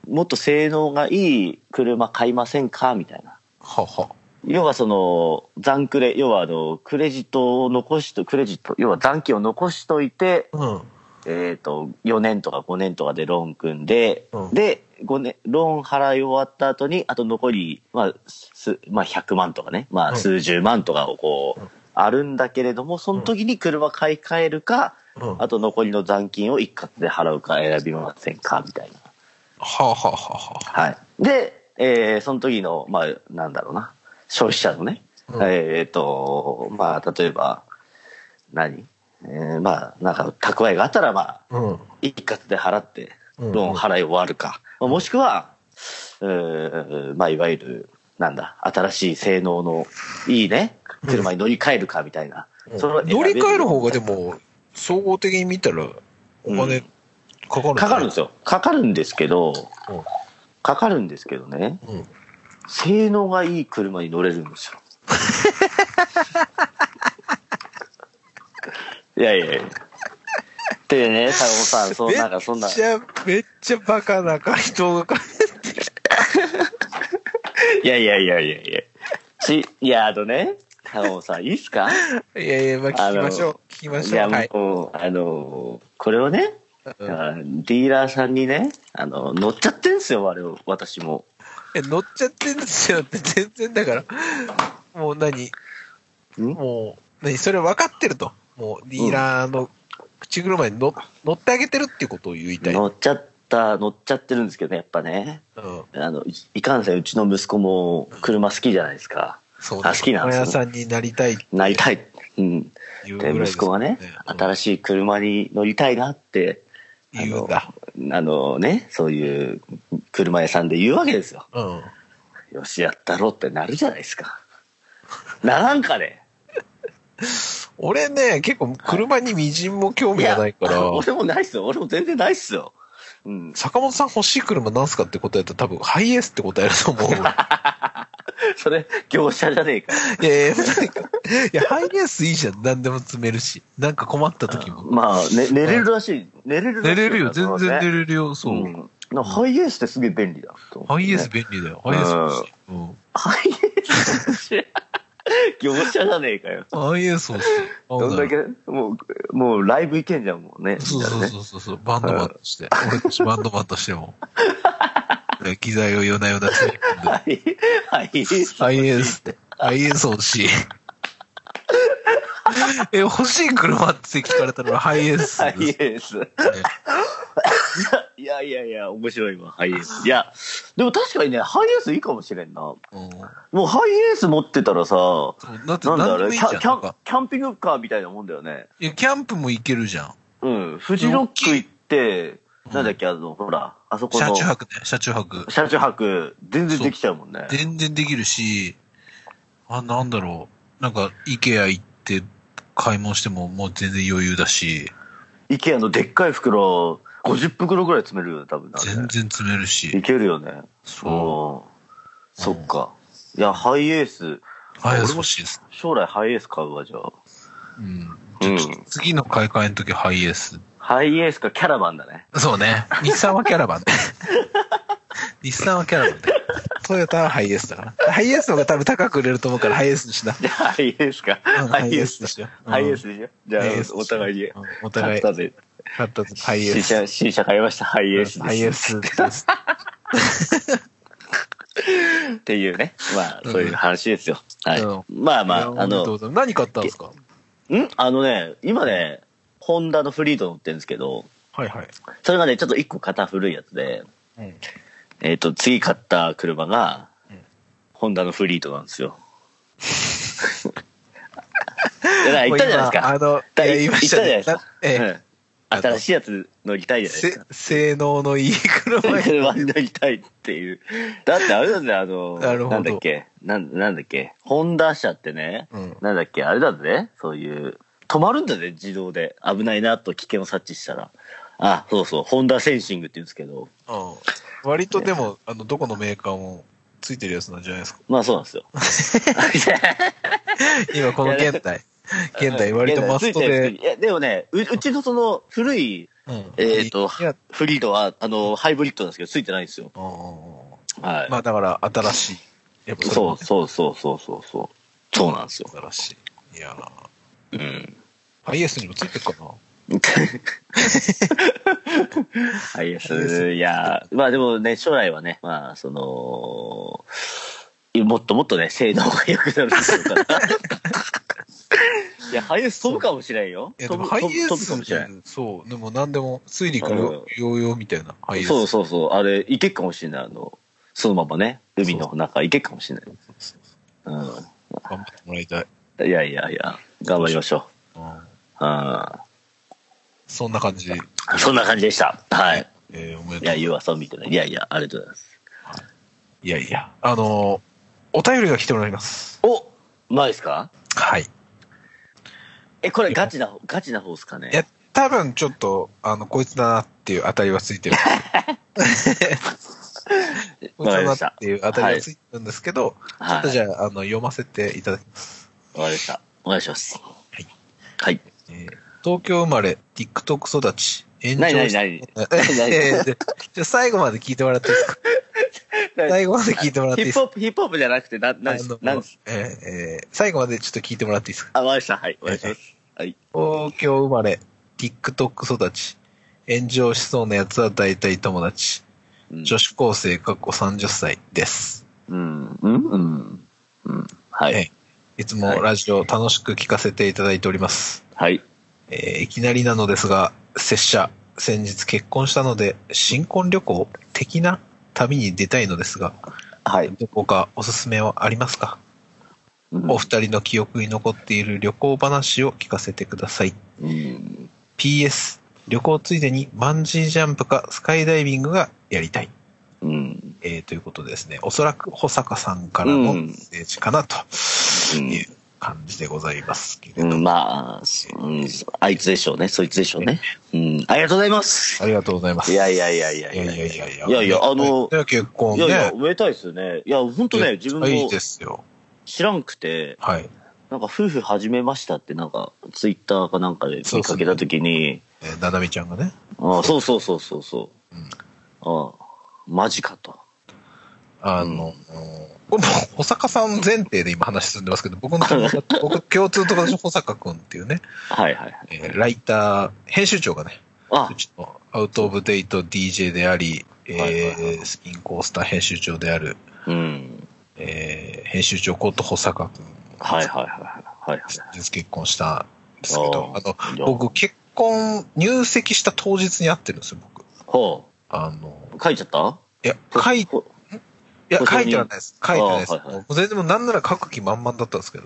B: もっと性能がいい車買いませんかみたいな。
A: は。
B: 要はその、残クレ、要はあの、クレジットを残しと、クレジット、要は残金を残しといて、
A: うん。
B: えっ、と、4年とか5年とかでローン組んで、
A: うん
B: で、5年、ローン払い終わった後に、あと残り、まあ、す、まあ100万とかね、ま
A: う
B: あ
A: ん
B: 数十万とかをこう、
A: うん
B: あるんだけれども、その時に車買い替えるか、
A: うん。
B: あと残りの残金を一括で払うか選びませんか、みたいな。
A: はあはあはあはあ。
B: はい。で、えーその時の、まあ、なんだろうな、消費者のね、
A: うん
B: えっ、と、まあ、例えば、何えーまあ、なんか、蓄えがあったら、まあ、
A: うん。
B: 一括で払って、
A: う
B: ロ
A: ん
B: ーン払い終わるか、まあもしくは、えーまあ、いわゆる、なんだ、新しい性能のいいね、車に乗り換えるかみたいな。それを選べ
A: 乗り換える方がでも、総合的に見たら、お金かかる、
B: かかるんですよ。かかるんですけど、
A: よ。
B: かかるんですけどね、
A: うん。うん
B: 性能がいい車に乗れるん ですよ。いやいやいや。でね、坂本さん、そうなんかそんな
A: めっ。ちゃ、めっちゃバカな回答が返ってき
B: いやいやいやいやいや。ち、いや、あとね、タモさん、いいっすか
A: た。いやいや、まあ聞きましょう。聞きま
B: い
A: しょ
B: や、
A: う。はい。
B: もう、あの、これをね、
A: う
B: だ
A: ん
B: からディーラーさんにね、あの、乗っちゃってんすよ、我々私も。
A: え、乗っちゃってんですよって、全然だから、もう何
B: ん
A: もう、何それ分かってると。もう、ディーラーの口車に乗乗ってあげてるっていうことを言いたい。うん。
B: 乗っちゃった、乗っちゃってるんですけどね、やっぱね。あの、いいかんせん、うちの息子も車好きじゃないですか。
A: そう
B: あ好きなんです
A: ね。屋
B: ね
A: さんになりたいって
B: なりたい。うん。
A: いうぐら
B: で、
A: いです、
B: 息子はね、新
A: し
B: しい車に乗りたいなって、
A: い。言うんだ。
B: あのね、そういう車屋さんで言うわけですよ。
A: うん。
B: よし、やったろうってなるじゃないですか。ならんかね。
A: 俺ね、結構車に微塵も興味がないから、
B: 俺もないっすよ。俺も全然ないっすよ。うん。
A: 坂本さん欲しい車なんすかって答えたら多分ハイエースって答えると 思う。
B: それ、業者じゃねえか。
A: いやいやなんかいや、ハイエースいいじゃん。何でも積めるし。なんか困った時も。
B: まあ、ね、寝れるらしい。寝れるらし
A: 寝
B: い
A: れるよ。全然寝
B: る。
A: れるよ。そう。
B: ん。なんかハイエースってすげえ便利だと思
A: ハ
B: うね、
A: イエース便利だよ。ハイエース欲しい。うん
B: ハイエース業者じゃねえかよ。
A: ハイエース欲しい。
B: どんだけ、もう、もうライブ行けんじゃん、もうね。
A: そう
B: み
A: そ
B: んな
A: う
B: で
A: そ
B: ね
A: うそうそう。バンドマンとして。俺たちバンドマンとして も。機材を夜な夜な積み込んで。
B: ハイハイエース。
A: ハイエースって。ハイエース欲しい。え、欲しい車って聞かれたらハイエース
B: ハイ
A: です、ね。
B: エース。いやいやいや、面白いわ、ハイエース。いや、でも確かにね、ハイエースいいかもしれんな。も
A: うん
B: うハイエース持ってたらさ、
A: そうだって
B: なんだ
A: 何
B: ろ
A: で
B: う、
A: もいい
B: キ
A: じゃん。
B: ャキ
A: なん
B: ャ
A: か
B: キャンピングカーみたいなもんだよね。
A: いやキャンプも行けるじゃん。
B: うん、フジロック行って、
A: うん
B: なんだっけ、あの、ほら、あそこ
A: 車
B: の、
A: 中泊ね、車中泊。
B: 車中泊、全然できちゃうもんね。
A: 全然できるし、あ、なんだろう。なんか、イケア行って買い物してももう全然余裕だし、
B: イケアのでっかい袋、50袋ぐらい詰めるよね、多分ねあれね
A: 全然積める
B: い
A: し。
B: けるよね。
A: そ
B: うんそっか。いや、ハイエース、
A: う。ハイエース欲しいです。
B: 将来ハイエース買うわ、じゃあ。
A: うん。
B: うん。
A: 次の買い替えの時ハイエース。
B: ハイエースかキャラバンだね。
A: そうね。日産はキャラバン ね。日産はキャラバンね。トヨタはハイエースだから。ハイエースの方が多分高く売れると思うからハイエースにしな。
B: じゃあ、ハイエースか。
A: うん
B: ハイエー
A: ハイエースで
B: ス
A: しょうん
B: ハイエースでしょ。じゃあ
A: ハイエース、
B: お互いに
A: う。んお
B: 買
A: 互
B: っ
A: い、
B: たぜ。
A: 買ったぞハイエー
B: C
A: ス。
B: 社、C 社買いました。ハイエースです。
A: ハイエースです。
B: っていうね。まあ、
A: うん
B: そういう話ですよ。はい
A: うん。
B: まあま
A: いや
B: あ、あ
A: おめでとう
B: の、
A: ございます何買ったんですか
B: んあのね、今ね、ホンダのフリード乗ってるんですけど、
A: はいはい。
B: それがね、ちょっと一個型古いやつで、
A: うん
B: えっと、次買った車が
A: うん、
B: ホンダのフリードなんですよ。 いやだから言ったじゃないです
A: も
B: か。
A: う今あの、
B: だ
A: いや言いました
B: 言
A: ね
B: ったじゃないですか。
A: ええ
B: うん新しいやつ乗りたいじゃないです
A: せ
B: か。
A: 性能のいい車 に。
B: 車に乗りたいっていう。だってあれなんだよ、
A: な
B: あ
A: るほど
B: の、なんだっけ、なんなんだっけ、ホンダ車ってね、
A: うん
B: なんだっけ、あれだぜ、そういう、止まるんだぜ、自動で。危ないなと危険を察知したら。あ、そうそう、ホンダセンシングって言うんですけど、
A: うん割とでも、あの、どこのメーカーもついてるやつなんじゃないですか。
B: まあそうなんですよ。
A: 今この現代。現代割とマスト
B: いやついてる
A: で。
B: いや、でもねう、うちのその古い
A: うん
B: えーと
A: いや
B: フリードは、あの、ハイブリッドなんですけど、ついてないんですよ。
A: うん
B: はい。
A: まあだから新しい。やっぱ
B: そう
A: そ
B: そうそうそうそうそう。そうなんですよ。
A: れも新しい。いやー
B: うん。
A: IS にもついてるかな
B: はい、いや、まあでもね、将来はね、まあ、その、もっともっとね、性能が良く なるんでしょうから。いや、ハイエース飛ぶかもしれんよ。
A: いや
B: 飛
A: でも
B: ぶ
A: ハイ
B: 飛ぶ
A: エー
B: 飛ぶかもしれん。
A: ス、そう、でも何でも、ついに来るよよみたいな、ハイエース。
B: そうそうそう、あれ、行けっかもしれない。あの、そのままね、海の中行けっかもしれない。
A: そう
B: う
A: 頑張ってもらいたい。
B: ん。いやいやいや、頑張りましょ
A: うん
B: う。うん。
A: そんな感じで、
B: そんな感じでした。はい。
A: えーおめ
B: い
A: で
B: や、
A: とう。
B: ゆうわさん見てない。いやいや、ありがとうございます。
A: いやいや、あのーお便りが来ておられます。
B: おまあですか
A: はい。
B: え、これガチな方、ガチな方ですかね
A: いや、多分ちょっと、あの、こいつだなっていう当たりはつい てる。こいつだなっていう当たりはついてるんですけど、ちょ
B: は
A: っ
B: い。
A: とじ
B: ゃ
A: ゃあ、あの、読ませていただきます。
B: あ。わかりました。お願いします。
A: い
B: はい。
A: えー東京生まれ、TikTok 育ち、炎
B: なになにな
A: え
B: に
A: ーでじゃあ最後まで聞いてもらっていいですか最後まで聞いてもらっていい
B: ヒ
A: ですか
B: ップホップ、ヒップホップじゃなくて、な、なん
A: あの
B: なん
A: えーえー最後までちょっと聞いてもらっていいですか
B: あ、わかりました。はい。お願いします。はい。
A: 東京生まれ、TikTok 育ち、炎上しそうな奴は大体友達、
B: うん
A: 女子高生過去30歳です。
B: うん。うん。うん。うん。は
A: え
B: い。
A: えいつもラジオ楽しく聞かせていただいております。
B: はい。
A: えーいきなりなのですが、拙者、先日結婚したので、新婚旅行的な旅に出たいのですが、
B: はい。
A: どこかおすすめはありますか、
B: うん
A: お二人の記憶に残っている旅行話を聞かせてください。
B: うん。
A: PS、旅行ついでにバンジージャンプかスカイダイビングがやりたい。
B: うん。
A: えーということでですね、おそらく保坂さんからの
B: う
A: メ
B: ん
A: ッセージかなと
B: うん
A: いう感じでございますけれ
B: う
A: ど、
B: ん、まあ、うん、あいつでしょうね、そいつでしょうね。うん、ありがとうございます。
A: ありがとうございます。
B: いやいやいやいや
A: いやいやいやいや。
B: いやいやあの
A: ね結婚
B: い
A: ね。
B: やいや、おめでたいですよね。いや、本当ね、自分
A: いい
B: も
A: ですよ。
B: 知らんくて、
A: はい。
B: なんか夫婦始めましたって、なんか、ツイッターかなんかで
A: そう
B: 見
A: そう
B: かけたときに、
A: えーななみちゃんがね。
B: あそうそうそうそうそう
A: うん。
B: ああ、マジかと。
A: あの、これもう保坂さん前提で今話進んでますけど、僕の 僕共通の友達の保坂くんっていうね、
B: はいはいはい。
A: えーライター、編集長がね、
B: あ
A: うちのアウトオブデイト DJ であり、えー
B: はいはいはい
A: スピンコースター編集長である、
B: うん。
A: えー編集長こと保坂くん、
B: はいはいはいはい。はい
A: 先日結婚したんですけど、
B: あー
A: あ
B: い
A: の、
B: や
A: 僕結婚、入籍した当日に会ってるんですよ、僕。
B: ほ
A: あの、
B: う、書いちゃった
A: いや、書い、い
B: ほ
A: や、
B: 保
A: 書
B: 証
A: い
B: 人
A: てはないです。書いてはないです。
B: あーはいはい
A: もう全然もうなんなら書く気満々だったんですけ ど、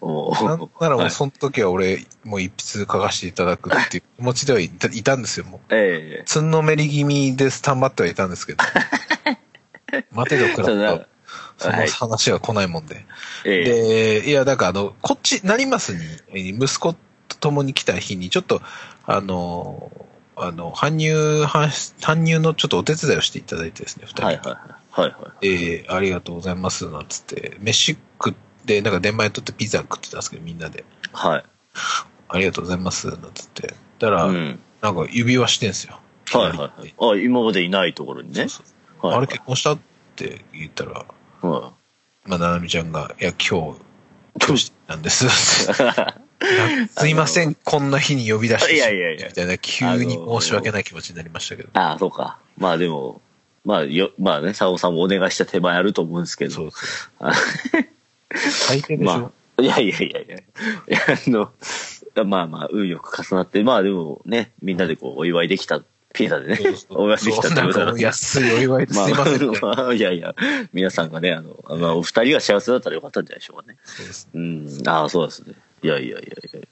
B: お
A: なんならも
B: は
A: う
B: い
A: その時は俺、もう一筆書かせていただくっていう気持ちではいたいたんですよ、もう。
B: ええ。
A: つんのめり気味でスタンバってはいたんですけ ど。待てどく
B: そう
A: らっ
B: だ
A: と、その話は来ないもんで。
B: ええ。
A: で、いや、だからあの、こっち、成増に、えー息子と共に来た日に、ちょっと、あの、あの、搬入、搬搬入のちょっとお手伝いをしていただいてですね、二人。
B: はいはいはい。はいはい。
A: えーありがとうございます、なんつって、飯食って、なんか電前取ってピザ食ってたんですけど、みんなで。
B: はい。
A: ありがとうございます、なんつって。だから、
B: うん。
A: なんか指輪してんすよ。
B: はいはいはい。あ、今までいないところにね。
A: そうそう
B: はい
A: あれ結婚したって言ったら、
B: は
A: まあ、ななみちゃんが、いや、今日、なんです。 すいません、こんな日に呼び出して
B: い
A: しまっ
B: や
A: て
B: いやいや
A: みたいな、急に申し訳ない気持ちになりましたけど。
B: ああ、そうか。まあでも、まあよ、まあね、佐尾さんもお願いした手前あると思うんですけど。
A: そうそう。最低でしょ
B: ま。あ、いやいやいやいやいや。あの、まあまあ、運よく重なって、まあでもね、みんなでこう、お祝いできた、ピザでね
A: そう、
B: お祝いできた
A: そう
B: って
A: なん
B: こと
A: か
B: な
A: も
B: ん
A: う
B: で
A: 安いお祝いです
B: まあ
A: いませんみたいな。
B: まあ、いやいや、皆さんがね、あの、まあ、お二人が幸せだったらよかったんじゃないでしょうかね。
A: そうです
B: うん、ああ、そうですね。いやいやいやい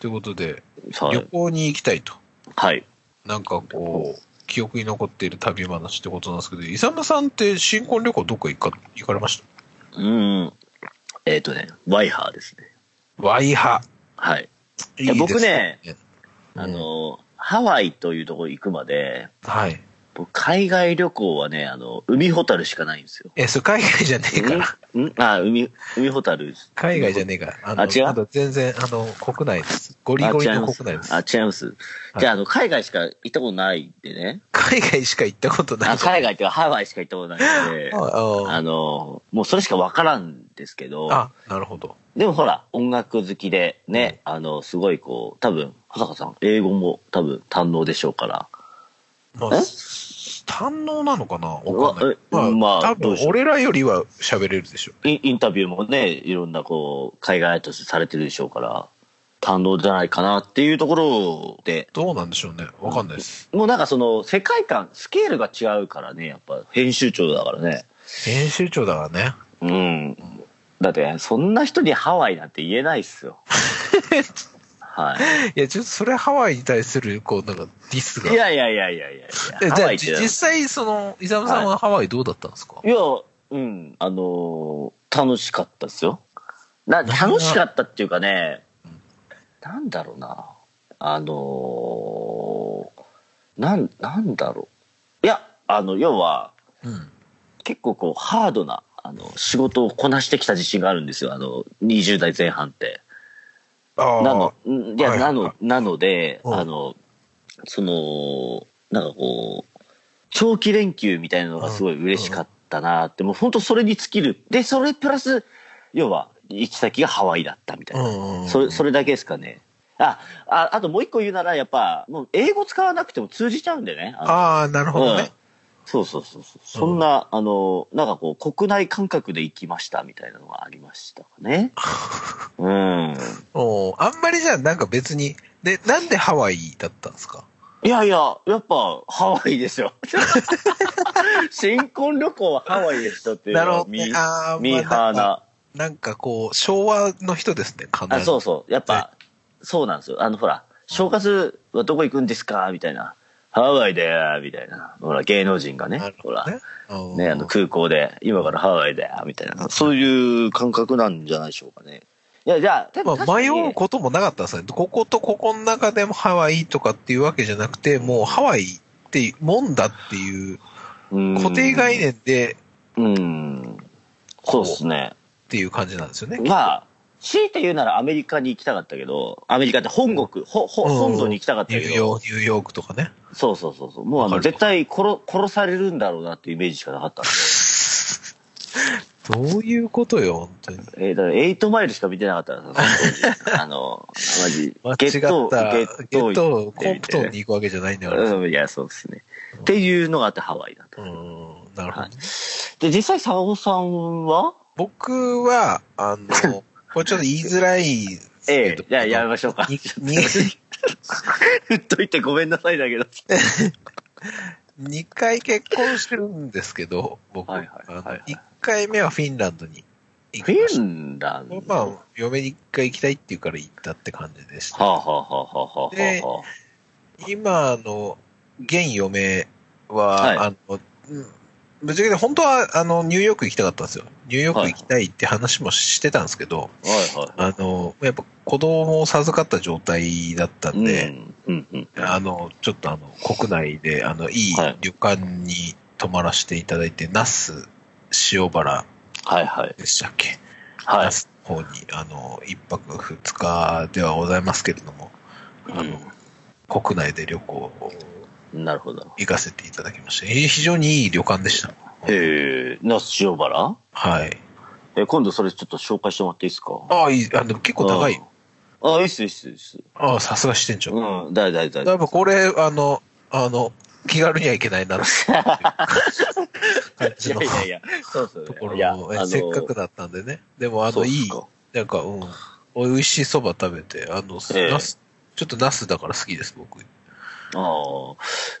A: ということで、
B: や。は
A: 旅
B: い。
A: 行に行きたいと。
B: はい。
A: なんかこう、記憶に残っている旅話ってことなんですけど、イサムさんって新婚旅行どっか行か行かれました
B: うん。えっ、とね、ワイハーですね。
A: ワイハ。
B: はい。
A: い
B: や
A: いです
B: 僕ね、
A: うん
B: あの、ハワイというところ行くまで、
A: はい。
B: 僕海外旅行はね、あの、海ほたるしかないんですよ。
A: え、それ海外じゃねえから。
B: んんあ、海、海ほたる。
A: 海外じゃねえから。の
B: あ違う
A: まだ全然、あの、国内です。ゴリゴリの国内です。
B: あ、違います。
A: はい
B: じゃあ、あの、海外しか行ったことないんでね。
A: 海外しか行ったことない。
B: あ海外っていうかハワイしか行ったことないんで、
A: あ
B: あの、もうそれしかわからんですけど、
A: あ、なるほど。
B: でもほら、音楽好きでね、あの、すごいこう、多分、保坂さん、英語も多分堪能でしょうから。
A: まあ、
B: え。
A: 堪能なのかなわかんないうま
B: わえ
A: あ、
B: まあ
A: 多
B: どう
A: 分
B: しよう
A: 俺らよりは喋れるでしょ
B: インインタビューもね、いろんなこう、海外アーティストされてるでしょうから、堪能じゃないかなっていうところで、
A: どうなんでしょうね。わかんないです。
B: もうなんかその、世界観、スケールが違うからね、やっぱ、編集長だからね。
A: 編集長だからね。
B: うん。だって、そんな人にハワイなんて言えないっすよ。 はい
A: や、ちょっとそれはハワイに対する、こう、なんか、ディス
B: い。
A: が。
B: いやいやいやいやいや
A: えじ
B: いや。ハ
A: ゃ
B: ワ
A: あ、
B: イって
A: じ実際、その、イザムさんはハワイどうだったんですか、
B: いや、うん、あのー楽しかったですよ。な、楽しかったっていうかね、なんだろうな、あのーなん、なんだろう。いや、あの、要は、
A: うん。
B: 結構こう、ハードな、あの、仕事をこなしてきた自信があるんですよ、あの、20代前半って。
A: ああ。
B: なの、んいや、
A: はい
B: なの、なので、
A: うん
B: あの、その、なんかこう、長期連休みたいなのがすごい嬉しかったなって、もう本当それに尽きる。で、それプラス、要は、行き先がハワイだったみたいな。
A: うんうん
B: それ、そ
A: れ。
B: れだけですかね。あ、あ、あともう一個言うなら、やっぱ、もう英語使わなくても通じちゃうんでね。あ
A: ああ、なるほど
B: うん
A: ね。
B: そうそうそうそう。そんな、あの、なんかこう、国内感覚で行きましたみたいなのがありましたか ね。うん。
A: おーあんまりじゃあ、なんか別に。で、なんでハワイだったんですか
B: いやいや、やっぱハワ イですよ。新婚旅行はハワイでしたっていうの
A: な
B: は
A: るほどね
B: ミ
A: あー
B: ミーハー
A: ま
B: な。
A: なんかこう、昭和の人ですね、完全
B: あ、
A: に
B: そうそう。やっぱ、そうなんですよ。あの、ほら、正月はどこ行くんですかみたいな。ハワイでーみたいな。ほら、芸能人がね
A: なる。ほ
B: ほ
A: ど
B: ら、
A: ね。うん
B: ね、あの空港で、今からハワイだよ、みたいな。そういう感覚なんじゃないでしょうかね。いや、じゃあ、で
A: ま
B: も確
A: あ、
B: か
A: 迷
B: に
A: うこともなかったんですね。こことここの中でもハワイとかっていうわけじゃなくて、もうハワイってもんだっていう
B: うん
A: 固定概念で
B: うん。そうですね。
A: っていう感じなんですよね。
B: まあ、強いて言うならアメリカに行きたかったけど、アメリカって本国、ほほ
A: うん
B: 本土に行きたかった
A: ニュ
B: け
A: ー
B: ど、
A: ヨーク、ニューヨークとかね。
B: そうそうそうそう、もうあの
A: わかる
B: 絶対殺殺されるんだろうなっていうイメージしかなかったん
A: どういうことよ、本当に。
B: で、えーだから8マイルしか見てなかっ たから、あの、マジ、
A: 間違った。
B: ゲット、
A: ゲット
B: 行
A: を
B: って
A: コンプトンに行くわけじゃないんだから。
B: うん、いや、そうですね。っていうのがあってハワイだと。
A: うん、なるほどね。
B: で、実際、サオさんは
A: 僕は、あ の、これちょっと言いづらいです
B: え
A: け
B: え
A: ど。
B: じゃあやめましょうか。
A: に に
B: 振っといてごめんなさいだけど。
A: 二回結婚してるんですけど、僕。
B: はいはいはいはい
A: あの一回目はフィンランドに行
B: フ
A: きまし
B: ィ
A: た。
B: ンランド
A: まあ、嫁に一回行きたいって言うから行ったって感じでし
B: は
A: た。
B: あ、はあはあはあは
A: で
B: あはあ。
A: 今、あの、現嫁は、
B: はい
A: あの、うんぶっちゃけて本当は、あの、ニューヨーク行きたかったんですよ。ニューヨーク行きたいって話もしてたんですけど、
B: はいはい。
A: あの、やっぱ子供を授かった状態だったんで、
B: うんうんうん、
A: あの、ちょっとあの、国内で、あの、いい
B: はい
A: 旅館に泊まらせていただいて、那須塩原
B: はいはい。
A: でしたっけ、
B: は
A: 那須の方に、あの、一泊二日ではございますけれども、あの、国内で旅行を
B: い。なるほど。
A: 行かせていただきました。えー非常にいい旅館でした。
B: へえ、那須塩原
A: はい。
B: え、今度それちょっと紹介してもらっていいですか
A: ああ、いい、あの、結構高いよ。
B: あ、いいっすいいっすいいっす。
A: ああ、さすが支店長。
B: うん、だいだいだい。
A: だいぶこれ、あの、あの、気軽にはいけないなって いう感
B: い
A: じ
B: や
A: の
B: いやいや、そうそう、ね。
A: とこ
B: いや
A: ろを、
B: あ
A: え
B: の
A: せっかくだったんでね。でも、あ
B: そう
A: の、
B: っ
A: い
B: す
A: い
B: か、
A: なんか、うん、美味しいそば食べて、あの、
B: ええ
A: ナス、ちょっとナスだから好きです、僕。
B: ああ。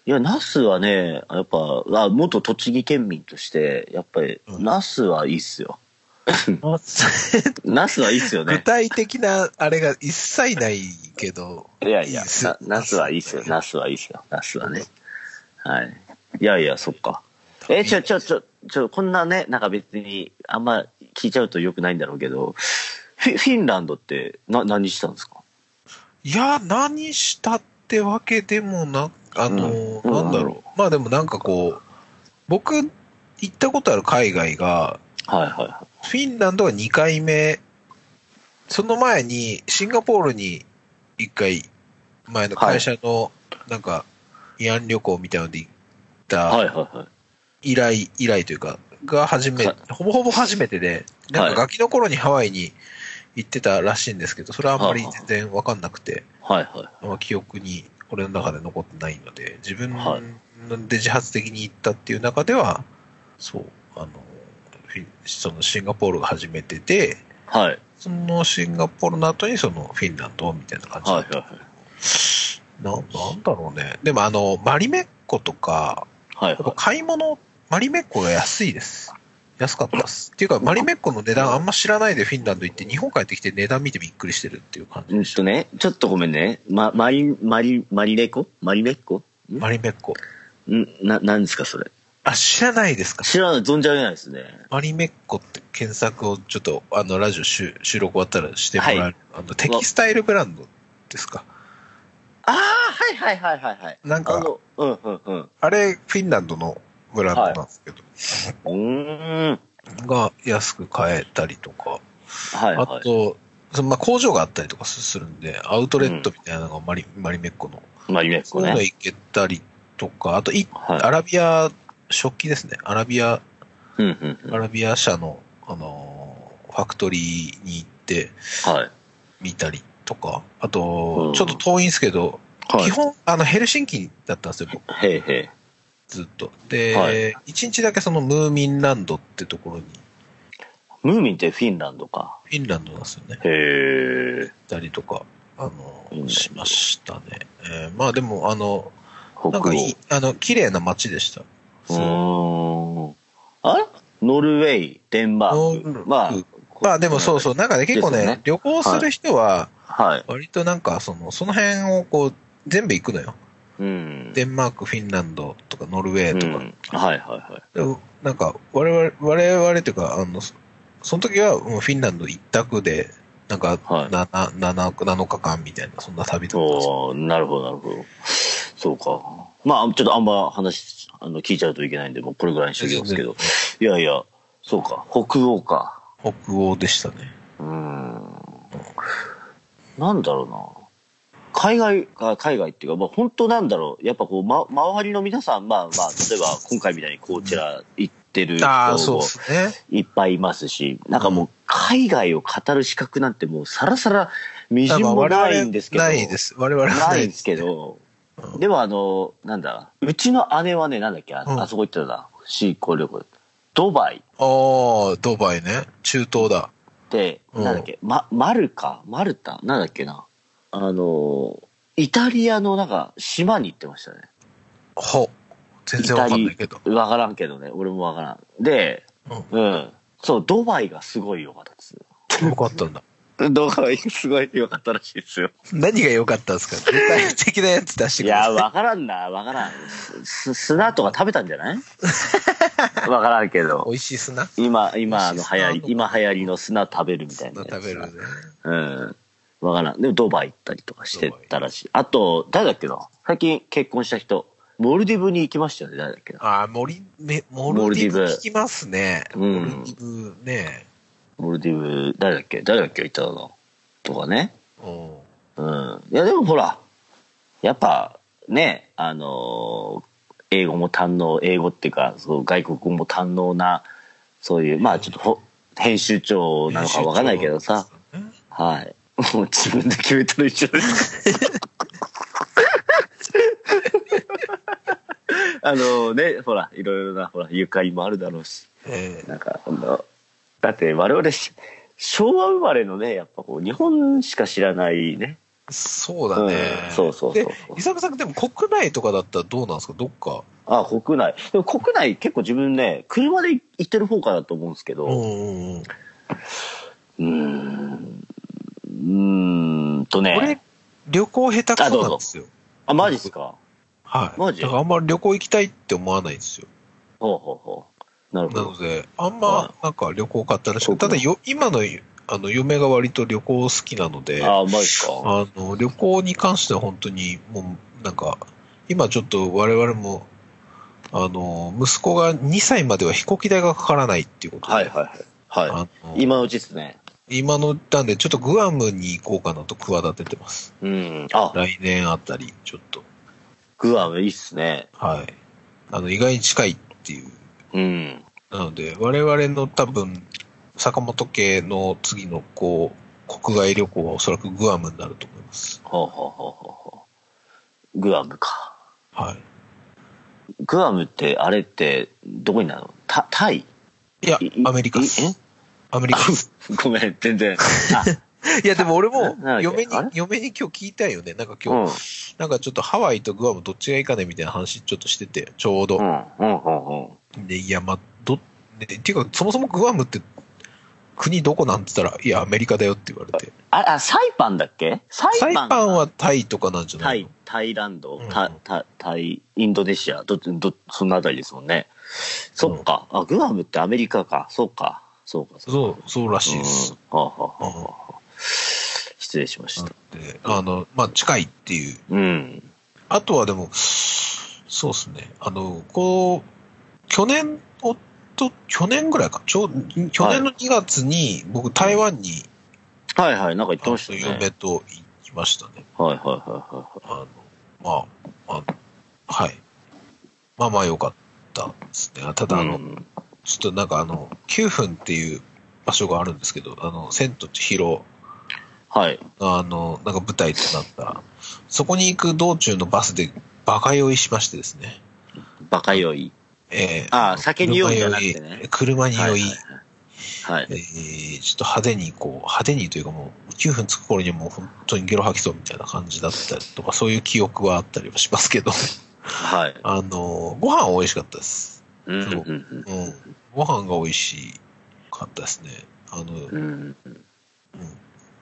B: いや、那須はね、やっぱ、あ元栃木県民として、やっぱり、
A: うん
B: 那須はいいっすよ。那須はいいっすよ
A: 具
B: ね。
A: 体的な、あれが一切ないけど、
B: いやいや
A: いいっ、す
B: な那須はいい っすよ。那須はいいっすよ。那須はね。はい。いやいや、そっか。え、ちょ、ちょ、ちょ、ちょ、こんなね、なんか別に、あんま聞いちゃうと良くないんだろうけど、フィフィンランドって、な、何したんですか
A: いや、何したってわけでもな、あの、
B: う
A: うんなんだろう。まあでもなんかこう、僕、行ったことある海外が、
B: はいは
A: フィンランドは2回目、その前にシンガポールに1回、前の会社のなんか、慰安旅行みたいなので行っ
B: いはい。
A: た
B: はいはいはい。
A: 以来、以来というか、が初め、
B: はい
A: ほぼほぼ初めてで、なんかガキの頃にハワイに行ってたらしいんですけど、それはあんまり全然わかんなくて、
B: はいは
A: まあ、記憶に俺の中で残ってないので、自分
B: はい
A: で自発的に行ったっていう中では、そう、あの、フィそのシンガポールが初めてで、
B: い。はい。
A: そのシンガポールの後にそのフィンランドみたいな感じだ
B: は
A: っ
B: い
A: た、
B: は
A: ななんだろうね。でもあの、マリメッコとか、
B: いはい。はい
A: やっぱ
B: は
A: 買い物、マリメッコが安いです。安かったです。っていうか、マリメッコの値段あんま知らないでフィンランド行って、日本帰ってきて値段見てびっくりしてるっていう感
B: い。
A: じ。
B: うんとね、ちょっとごめんね。ま、マリ、マリ、マリレコマリレコん
A: マリメッコ。
B: んな、何ですかそれ。
A: あ、知らないですか
B: 知らない、存じ上げないですね。
A: マリメッコって検索をちょっと、あの、ラジオ収収録終わったらしてもらえる、
B: はい
A: あの、テキスタイルブランドですか。
B: ああ、はいはいはいはいはい。
A: なん
B: あ
A: か、
B: の、うんうんうん。
A: あれ、フィンランドのブランドなんですけど、
B: うーん。
A: が安く買えたりとか、
B: はい
A: あ
B: はい。
A: と、そのまあ、工場があったりとかするんで、アウトレットみたいなのがマリ,、マリメッコの。
B: マリメッ
A: そ
B: コ
A: ういうの
B: ね。
A: 行けたりとか、あと、いア
B: は
A: ラビア、食器ですね。アラビア、
B: い。うんうんうん。
A: アラビア社の、あのーファクトリーに行って
B: はい。
A: 見たりとか、あ
B: う
A: と
B: ん、
A: ちょっと遠いんですけど、
B: はい。
A: 基本、あの、ヘルシンキだったんですよ、僕
B: へいへ
A: ずっと。で、
B: はい
A: 一日だけそのムーミンランドってところに、
B: い。ムーミンってフィンランドか。
A: フィンランドなんですよね。
B: へえ。
A: 行ったりとか、あ
B: いい
A: の、
B: ね
A: しましたね。えーまあでも、あの、
B: 北欧。
A: なんかいい、あの、綺麗な街でした。
B: うーん。あれノルウェー、デンマー
A: ノルウェ
B: ク。
A: ー
B: まあ、
A: まあでもそう
B: う。
A: そう、なんかね、結構
B: で
A: ね、
B: すよね
A: 旅行する人は、
B: はい。
A: 割となんか、その、その辺をこう、全部行くのよ。
B: うん。
A: デンマーク、フィンランドとか、ノルウェーとか。
B: うんはいはいはい。
A: でもなんか、我々、我々というか、あの、そその時はもうフィンランド一択で、なんか
B: はい
A: 7、7 7日間みたいな、そんな旅だったんですよ
B: おーなるほどなるほど。そうか。まあ、ちょっとあんま話、あの、聞いちゃうといけないんで、もうこれぐらいにしときますけど。いやいや、そうか。北欧か。
A: 北欧でしたね。
B: うーん。なんだろうな。海外か、海外っていうか、まあ本当なんだろう。やっぱこう、ま、周りの皆さん、まあまあ、例えば今回みたいにこちら行ってる人
A: ああ、そう
B: も
A: ですね。
B: いっぱいいますし、なんかもう海外を語る資格なんてもうさらさらみじんもないんですけど。
A: ないです。我々は
B: な
A: ないい
B: ん
A: で
B: です
A: す。
B: けど、
A: うん
B: でもあの、なんだ、うちの姉はね、なんだっけ、あ,、
A: うん
B: あそこ行ってたな、新興旅行。ドバイ
A: ああ、ドバイね。中東だ。
B: って、
A: うん
B: なんだっけ、ま、マルカ、マルタ、なんだっけな、あの、イタリアのなんか、島に行ってましたね。
A: ほ。全然わかんないけど。
B: わからんけどね、俺もわからん。で、うん、そう、ドバイがすごい良かったです。
A: うん。よかったんだ。
B: ドバイすごい良かったらしいですよ。
A: 何が良かったんですか具体的なやつ出して
B: い
A: くださ
B: や、
A: い。
B: わからんな、わからん。す砂とか食べたんじゃない わからんけど。
A: 美味しい砂
B: 今、今、あの、流
A: 砂
B: 行り、今流行りの砂食べるみたいな
A: 砂
B: やつ。
A: 食べるね。
B: うん。わからん。でも、ドバイ行ったりとかしてたらしい。あと、誰だっけな最近結婚した人、モルディブに行きましたよね、誰だっけな。
A: ああ、モリ、めモルディブ
B: モルディブ
A: 聞きますね。
B: うん
A: モルディブね。
B: モルディブ、誰だっけ誰だっけ行ったのとかね。
A: うん。
B: うん。いや、でもほら、やっぱ、ね、あのー英語も堪能、英語っていうか、そう外国語も堪能な、そういう、まあちょっとほ、編集長なのかわかんないけどさ、はい。もう自分で決めたの一緒です。あのね、ほら、いろいろな、ほら、ゆかりもあるだろうし、
A: えー
B: なんか、あのだって我々し、昭和生まれのね、やっぱこう、日本しか知らないね。
A: そうだね
B: う。んそうそうそう
A: で、伊坂さん、でも国内とかだったらどうなんですかどっか。
B: あ、国内。でも国内結構自分ね、車で行ってる方かなと思うんですけ
A: うん
B: ど、
A: うんうん。
B: うーん、うーんと
A: 俺
B: ね、、
A: 旅行下手くそなんですよ。
B: あ、マジっすか
A: はい。
B: マジ
A: だからあんまり旅行行きたいって思わないんですよ。
B: ほうほうほう。なるほ
A: な
B: ど
A: の。で、あん
B: は
A: ま、なんか旅行買ったらし
B: そう
A: い。
B: か
A: ただよ、今の、あの、嫁が割と旅行好きなので、あ
B: あ、マジか。
A: の、旅行に関しては本当に、もう、なんか、今ちょっと我々も、あの、息子が2歳までは飛行機代がかからないっていうことで、
B: はいはいはい。は
A: あの
B: い。今のうちですね。
A: 今の段でちょっとグアムに行こうかなと企ててます。
B: うん。あ、
A: 来年あたり、ちょっと。
B: グアムいいっすね。
A: はい。あの、意外に近いっていう。
B: うん。
A: なので、我々の多分、坂本家の次の、こう、国外旅行はおそらくグアムになると思います。
B: ほうほうほうほうほう。グアムか。
A: は
B: グアムって、あれって、どこになるのタタイ
A: い。いや
B: いい、
A: アメリカっす
B: いえ
A: アメリカっす。
B: ごめん、全然。あ、
A: いや、でも俺も
B: ななんだっ、け
A: 嫁に
B: あれ、
A: 嫁に今日聞いたよね。なんか
B: うん。う
A: 今
B: ん。
A: 日、なんかちょっとハワイとグアムどっちがいいかねみたいな話ちょっとしてて、ちょう
B: う
A: ど。
B: ん。うん。うんうん。
A: で、いや、まあ、ど、でっていうか、そもそもグアムって、国どこなんて言ったら、いや、アメリカだよって言われて。
B: あ、あサイパンだっけサイパ
A: サ
B: ン
A: イ
B: が
A: パンはタイとかなんじゃな
B: タ
A: いの
B: イ、タイランド、
A: うん
B: タ、タ、タイ、インドネシア、どっち、どっち、そのあたりですもんね。そっか。あ、グアムってアメリカか。そうか。そうか、うか。
A: そう、そうらしいです。
B: うんはあはあはあはあ失礼しまし
A: な
B: た。
A: んで、あの、まあ、近いっていう。
B: うん。
A: あとはでも、そうですね。あの、こう、去年、おっと、去年ぐらいか。ちょう、去年の2月に、僕、台湾に、
B: はいはい、なんか言って
A: あ
B: ま
A: の
B: したね。
A: 嫁と行きましたね。
B: はいはいはいはい。
A: あの、まあ、あのはい。まあまあ、良かったですね。ただ、あの、
B: うん
A: ちょっとなんか、あの、9分っていう場所があるんですけど、あの、千と千尋、
B: はい。
A: あの、なんか舞台となった、そこに行く道中のバスでバカ酔いしましてですね。
B: バカ酔い。
A: えー
B: ああ酒に酔うんじゃなくてね
A: 車に
B: は
A: 酔い、
B: いはいはい。
A: えーちょっと派手にこう、派手にというかもう、9分着く頃にはもう本当にゲロ吐きそうみたいな感じだったりとか、そういう記憶はあったりはしますけど、
B: はい。はい
A: あの、ご飯は美味しかったです。
B: うん
A: そう
B: うん
A: うん。ご飯が美味しかったですね。あの、うん
B: う。ん。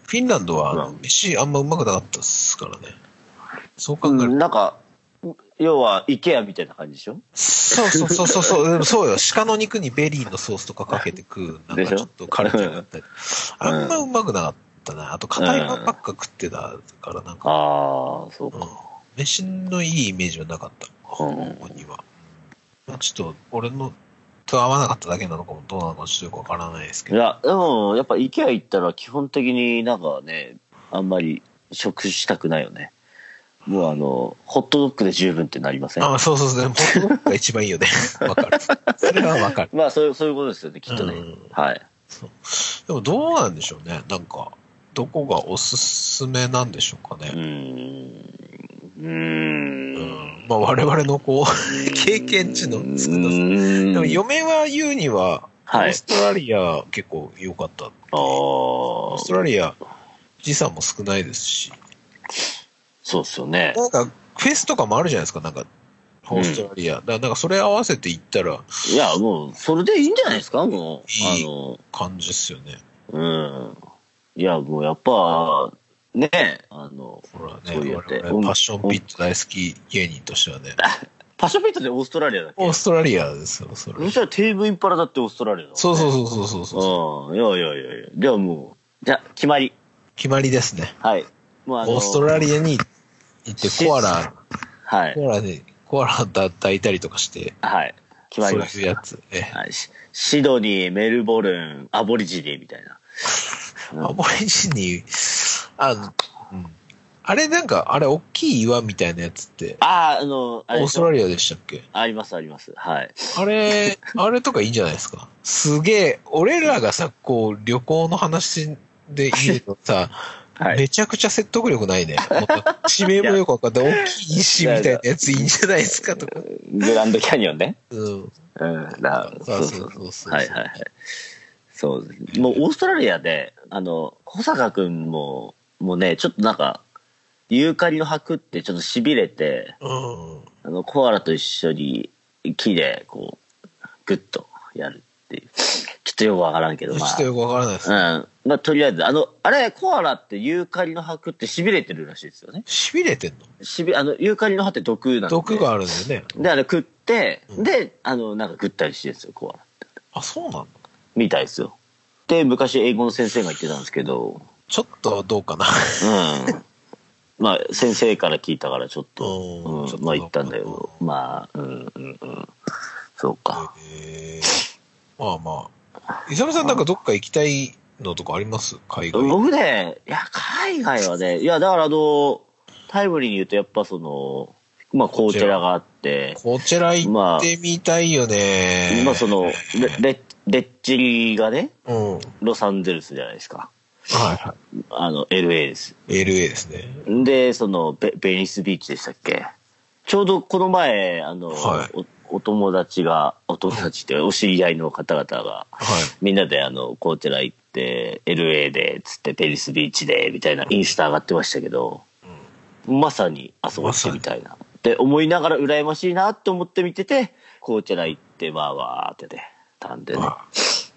A: フィンランドはあの
B: うん
A: 飯あんまうまくなかったですからね。そう考えると
B: うん。なんか、要は、イケアみたいな感じでしょ
A: そうそうそうそう そう、でもそうよ。鹿の肉にベリーのソースとかかけて食う。なん
B: で
A: か
B: し
A: ち
B: ょ
A: ょっとカルチャーだったり。あんまうまくなかったな。あと、硬いパンばっか食ってたから、なんか、
B: ああ、そう
A: う
B: か
A: ん。飯のいいイメージはなかった。こ
B: うん
A: こには。まあちょっと、俺のと合わなかっただけなのかも、どうなのかちょっとよくわからないですけ
B: い
A: ど。
B: や、でも、やっぱ、イケア行ったら、基本的になんかね、あんまり食したくないよね。もう、あの、ホットドッグで十分ってなりません
A: あそうそうそう。でも、ホットドッグが一番いいよ ね。わかる。それはわかる。
B: まあ、そういう、そういうことですよね、きっとね。
A: うん
B: はい。
A: でも、どうなんでしょうね。なんか、どこがおすすめなんでしょうかね。
B: うーん。うーん。
A: まあ我々のこう、経験値の少なさ。でも
B: よ
A: 嫁は言うには、オ
B: はい
A: ーストラリア結構良かった。
B: あ
A: オース
B: ー
A: トラリア、時差も少ないですし、
B: そうっすよね。
A: なんかフェスとかもあるじゃないですか、なんか、オーストラリア。だからなんかそれ合わせて行ったら
B: いや、もう、それでいいんじゃないですか、もう。
A: いい
B: あの、
A: 感じっすよね。
B: うん。いや、もう、やっぱ、ねあの、
A: ほらね、
B: そうやって
A: 我々パッションピット大好き芸人としてはね、
B: パシャピットでオーストラリアだっけ
A: オーストラリアですよ、それ
B: む。しろテーブルインパラだってオーストラリアだもんね
A: そうそうそうそうそうそう。
B: うん。いやいやいやいや。じゃあもう、じゃあ決まり。
A: 決まりですね。
B: はい。もうあの
A: オーストラリアに行ってコアラ、
B: はい。
A: コアラで、コアラだ抱いたりとかして、
B: はい。決まりま
A: そ
B: し
A: ういう
B: た。
A: やつ。ええ、
B: はい、シシドニー、メルボルン、アボリジニーみたいな。
A: アボリジニあの、うん。あれなんか、あれ、大きい岩みたいなやつって、
B: ああ、あの、あれ
A: オー
B: で
A: ス
B: し
A: ト
B: ょ
A: ラリアでしたっけ
B: ありますあります。はい。
A: あれ、あれとかいいんじゃないですかすげえ、俺らがさ、こう、旅行の話で言うとさ、
B: はい
A: めちゃくちゃ説得力 ないね。もう地名もよくわかんない。大きい石みたいなやついいんじゃないですかとか。
B: グランドキャニオンね。
A: うん。
B: うん。だ
A: そ
B: そうう
A: そ
B: そうう
A: そう
B: そ。
A: そうう。
B: はいはいはい。そうです。もうオーストラリアで、あの、保坂くんも、もうね、ちょっとなんか、ユーカリの箔ってちょっと痺れて、
A: うん。
B: あの、コアラと一緒に木で、こう、グッとやるっていう。ちょっとよくわからんけど、
A: ちょ
B: ま
A: っとよくわからないです。
B: あ。うん。まあ、とりあえず、あの、あれ、コアラってユーカリの葉って痺れてるらしいですよね。
A: 痺れてんの
B: しび、あの、ユーカリの葉って毒なんで。
A: 毒があるんだよね。
B: で、あれ食って、
A: うん
B: で、あの、なんかぐったりしてるんですよ、コアラ。
A: あ、そうなの
B: みたいですよ。で、昔英語の先生が言ってたんですけど、
A: ちょっとどうかな。
B: うん。まあ、先生から聞いたからちょっ
A: お
B: と、
A: ーちょっ
B: うん、
A: と
B: まあ言ったんだけど、まあ、うんうんうん。そうか。
A: えー、まあまあ。イサムさんなんかどっか行きたいのとかあります海外。
B: 僕ね、いや、海外はね、いや、だからあの、タイムリーに言うとやっぱその、まあ、コーチェラがあって、
A: こちら行ってみたいよね。
B: まあその、レレッレッチリがね、
A: うん。はい
B: ロサンゼルスじゃないですか。
A: は
B: あの、LA です。
A: い。LA ですね。
B: で、そのベ、ベニスビーチでしたっけちょうどこの前、あの、
A: はい
B: おお友達が、お友達ってお知り合いの方々が、
A: はい。
B: みんなであの、コーチェラ行って、LA で、つって、ペニスビーチで、みたいなインスタ上がってましたけど、まさにあそこ行ってみたいな。って思いながら羨ましいなって思って見てて、コーチェラ行って、わーわーってで、たんでね。
A: あ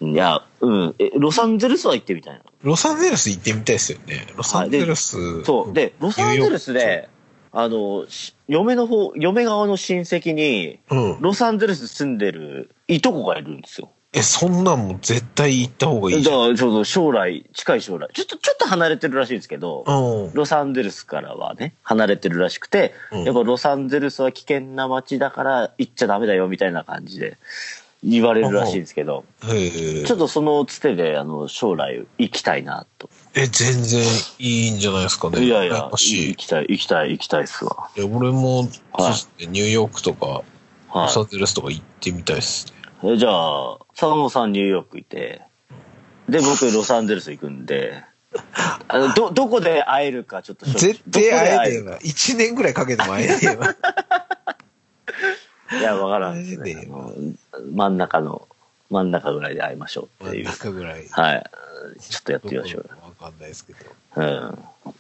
B: いや、うん。え、ロサンゼルスは行ってみたいな。
A: ロサンゼルス行ってみたいですよね。ロサンゼルス。
B: そう。で、ロサンゼルスで、あの、し嫁の方、嫁側の親戚に、
A: うん。
B: ロサンゼルス住んでるいとこがいるんですよ。
A: え、そんなんもう絶対行った方がいいじ
B: だ
A: ゃん。
B: から、ちょうど将来、近い将来、ちょっと、ちょっと離れてるらしいんですけど、
A: うん。
B: ロサンゼルスからはね、離れてるらしくて、
A: うん
B: やっぱロサンゼルスは危険な街だから行っちゃダメだよみたいな感じで言われるらしいんですけど、
A: へえ
B: ちょっとそのつてで、あの、将来行きたいなと。
A: え、全然いいんじゃないですかね。
B: いやい
A: 羨、
B: や
A: ましい
B: 行きたい、行きたい、行きたいっすわ。
A: いや俺も、
B: はい
A: そうっすねニューヨークとか、ロ
B: はい
A: サ。ンゼルスとか行ってみたいですね。
B: えじゃあ、坂本さんニューヨークいて、で、僕ロサンゼルス行くん で、あのど、どこで会えるかちょっと
A: 絶対会えねえ
B: る。
A: な。一年ぐらいかけても会えねえ わ。
B: いや、わからんっす
A: 会え
B: ね
A: ねえ
B: あの真ん中の、真ん中ぐらいで会いましょうって
A: 真
B: い
A: ん
B: う。
A: 中ぐらい。
B: はい。ちょっとやってみ
A: ど
B: ましょ
A: こ
B: うよ。
A: かわかんないですけど。
B: うん。っ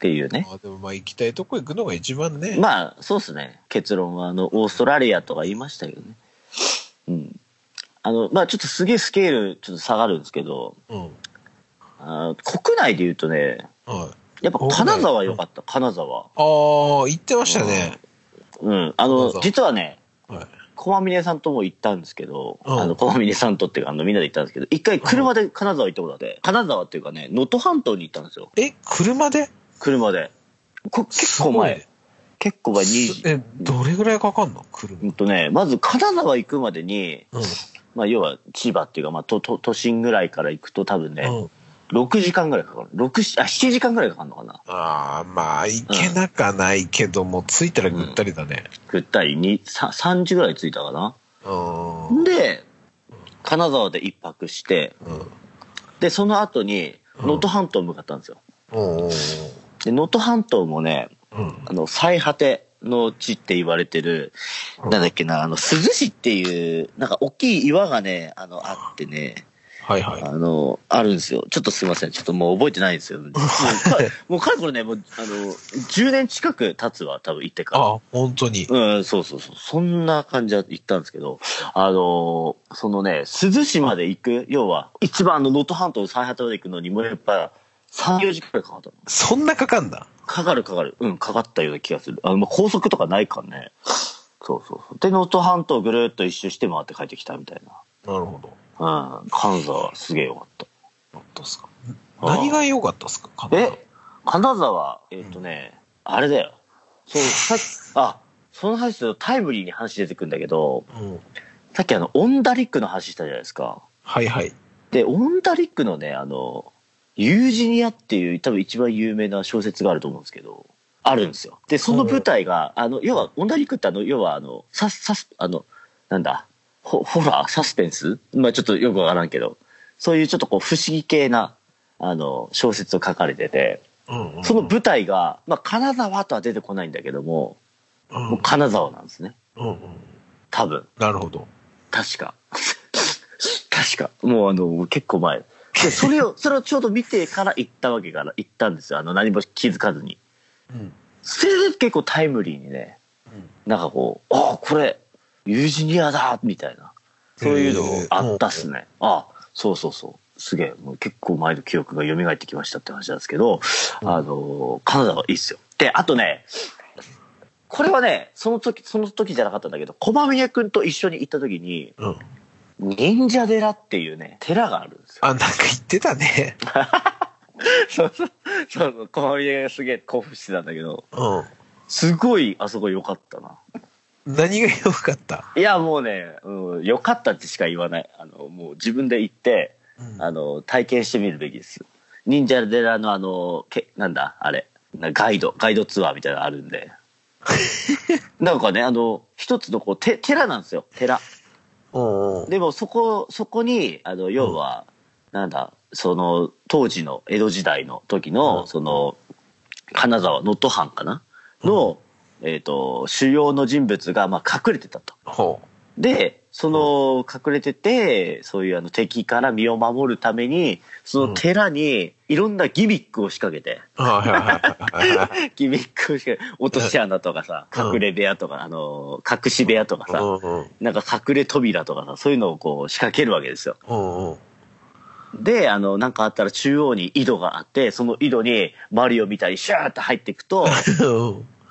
B: ていうね。
A: まあでもまあ行きたいとこ行くのが一番ね。
B: まあ、そうっすね。結論は、あの、オーストラリアとか言いましたけどね。うん。あの、まあ、ちょっとすげえスケール、ちょっと下がるんですけど、
A: うん。
B: あ国内で言うとね、
A: はい。
B: やっぱ金沢良かった、金沢。
A: ああ、行ってましたね。
B: うん。あ
A: 金
B: の
A: 沢、
B: 実はね、
A: はい。
B: 駒峰さんとも行ったんですけど、
A: うん
B: あの、駒峰さんとっていうか、あの、みんなで行ったんですけど、一回車で金沢行ったことあって、金沢っていうかね、能登半島に行ったんですよ。
A: え、車で
B: 車で。こ結構前。結構前、
A: す
B: 2
A: ごいねえ、どれぐらいかかんの車。
B: うんとね、まず金沢行くまでに、
A: うん。
B: まあ、要は千葉っていうか、まあとと、都心ぐらいから行くと多分ね、
A: うん。
B: 6時間ぐらいかかる。六あ、7時間ぐらいかかるのかな。
A: ああ、まあ、行けなかないけども、着いたらぐったりだね。
B: ぐったりに、さ3時ぐらい着いたかな。
A: うん。うん。
B: で、金沢で一泊して、で、その後に、
A: うん
B: 能登半島向かったんですよ。
A: うん。
B: で、能登半島もね、
A: うん。
B: あの、最果ての地って言われてる、
A: うん
B: なんだっけな、あの、珠洲市っていう、なんか大きい岩がね、あの、あってね、
A: はいはい。
B: あの、あるんですよ。ちょっとすいません。ちょっともう覚えてないん ですよ。もうか、もうかれこれね、もう、あの、10年近く経つわ、多分行ってから。
A: あ、本当に。
B: うん、そうそうそう。そんな感じで行ったんですけど、あの、そのね、珠洲市まで行く、要は、一番あの、能登半島の最果てまで行くのに、もうやっぱ、3、4時間くらいかかったの。
A: そんなかかんだ。
B: かかるかかる。うん、かかったような気がする。あの、まあ高速とかないからね。そうそうそう。で、能登半島ぐるーっと一周して回って帰ってきたみたい
A: なるほど。
B: な。うん、金沢すげえよかった。
A: どうですか
B: あー
A: 何が良かったですか金沢
B: え金沢、えっ、とね、あれだよ。そう、さっき、あ、その話とタイムリーに話出てくんだけど、
A: うん。
B: さっきあの、オンダリックの話したじゃないですか。
A: はいはい。
B: で、オンダリックのね、あの、ユージニアっていう多分一番有名な小説があると思うんですけど、あるんですよ。で、その舞台が、あの、要は、オンダリックってあの、要はあの、さ、さ、あの、なんだ、ホホラーサスペンスまあちょっとよくわからんけど、そういうちょっとこう不思議系な、あの、小説を書かれてて、
A: うんうん
B: その舞台が、まあ、金沢とは出てこないんだけども、
A: うん
B: もう金沢なんですね。
A: うんうん
B: 多分。
A: なるほど。
B: 確 か。確か。もうあの、結構前。で、それを、それをちょうど見てから行ったわけから、行ったんですよ。あの、何も気づかずに。
A: うん。
B: それで結構タイムリーにね、なんかこう、ああ、これ、ユージニアだみたいな。そういうの
A: へえ
B: あったっすね。あそうそうそう。すげえ、もう結構前の記憶が蘇ってきましたって話なんですけど、
A: うん
B: あのー、カナダはいいっすよ。で、あとね、これはね、その時、その時じゃなかったんだけど、駒峰くんと一緒に行った時に、
A: うん。
B: 忍者寺っていうね、寺があるんですよ。
A: あ、なんか言ってたね。
B: そうそうそうそう、小まみれがすげえ興奮してたんだけど、
A: うん。
B: すごいあそこ良かったな。
A: 何が良かった
B: いや、もうね、うん、良かったってしか言わない。あの、もう自分で行って、
A: うん
B: あの、体験してみるべきですよ。忍者寺のあの、け、なんだ、あれ、なガイド、ガイドツアーみたいなのあるん で。なんかね、あの、一つのこう、て、寺なんですよ、寺。
A: うんうん。
B: でもそこ、そこに、あの、要は、なんだ、その、当時の江戸時代の時の、
A: うん
B: その、金沢、能登藩かなの、えっ、と、主要の人物が、まあ、隠れてたと。
A: ほ
B: で、その、隠れてて、そういうあの敵から身を守るために、その寺にいろんなギミックを仕掛けて、
A: う。はいはいはいはい。
B: ギミックを仕掛けて、落とし穴とかさ、
A: うん
B: 隠れ部屋とか、あの、隠し部屋とか
A: う
B: さ、
A: んうん。
B: なんか隠れ扉とかさ、そういうのをこう仕掛けるわけですよ。
A: うんうん。
B: で、あの、なんかあったら中央に井戸があって、その井戸にマリオみたいにシャーって入ってい くと、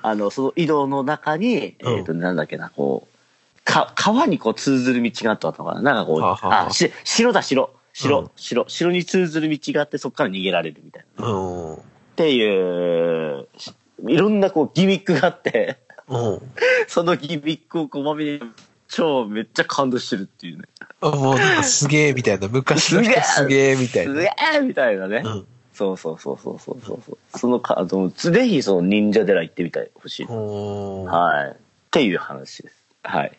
B: あの、その井戸の中に、えっ、
A: うん
B: と、なんだっけな、こう、か、川にこう通ずる道があったのかななんかこう、
A: はあはあ
B: あ、し、城だ、城。城、
A: うん
B: 城、城に通ずる道があって、そこから逃げられるみたいな。
A: うんうん。
B: っていう、しいろんなこう、ギミックがあって、
A: うん。
B: そのギミックをこまめに、超めっちゃ感動してるっていうね。
A: あもうなんかすげえみた いな。昔の人すげえみたい
B: す
A: な。
B: げえみたいなね。
A: うん。
B: そうそうそうそうそうそうそう。そのか、あの、ぜひその忍者寺行ってみたい、ほしい。
A: ほう
B: はい。っていう話です。 はい。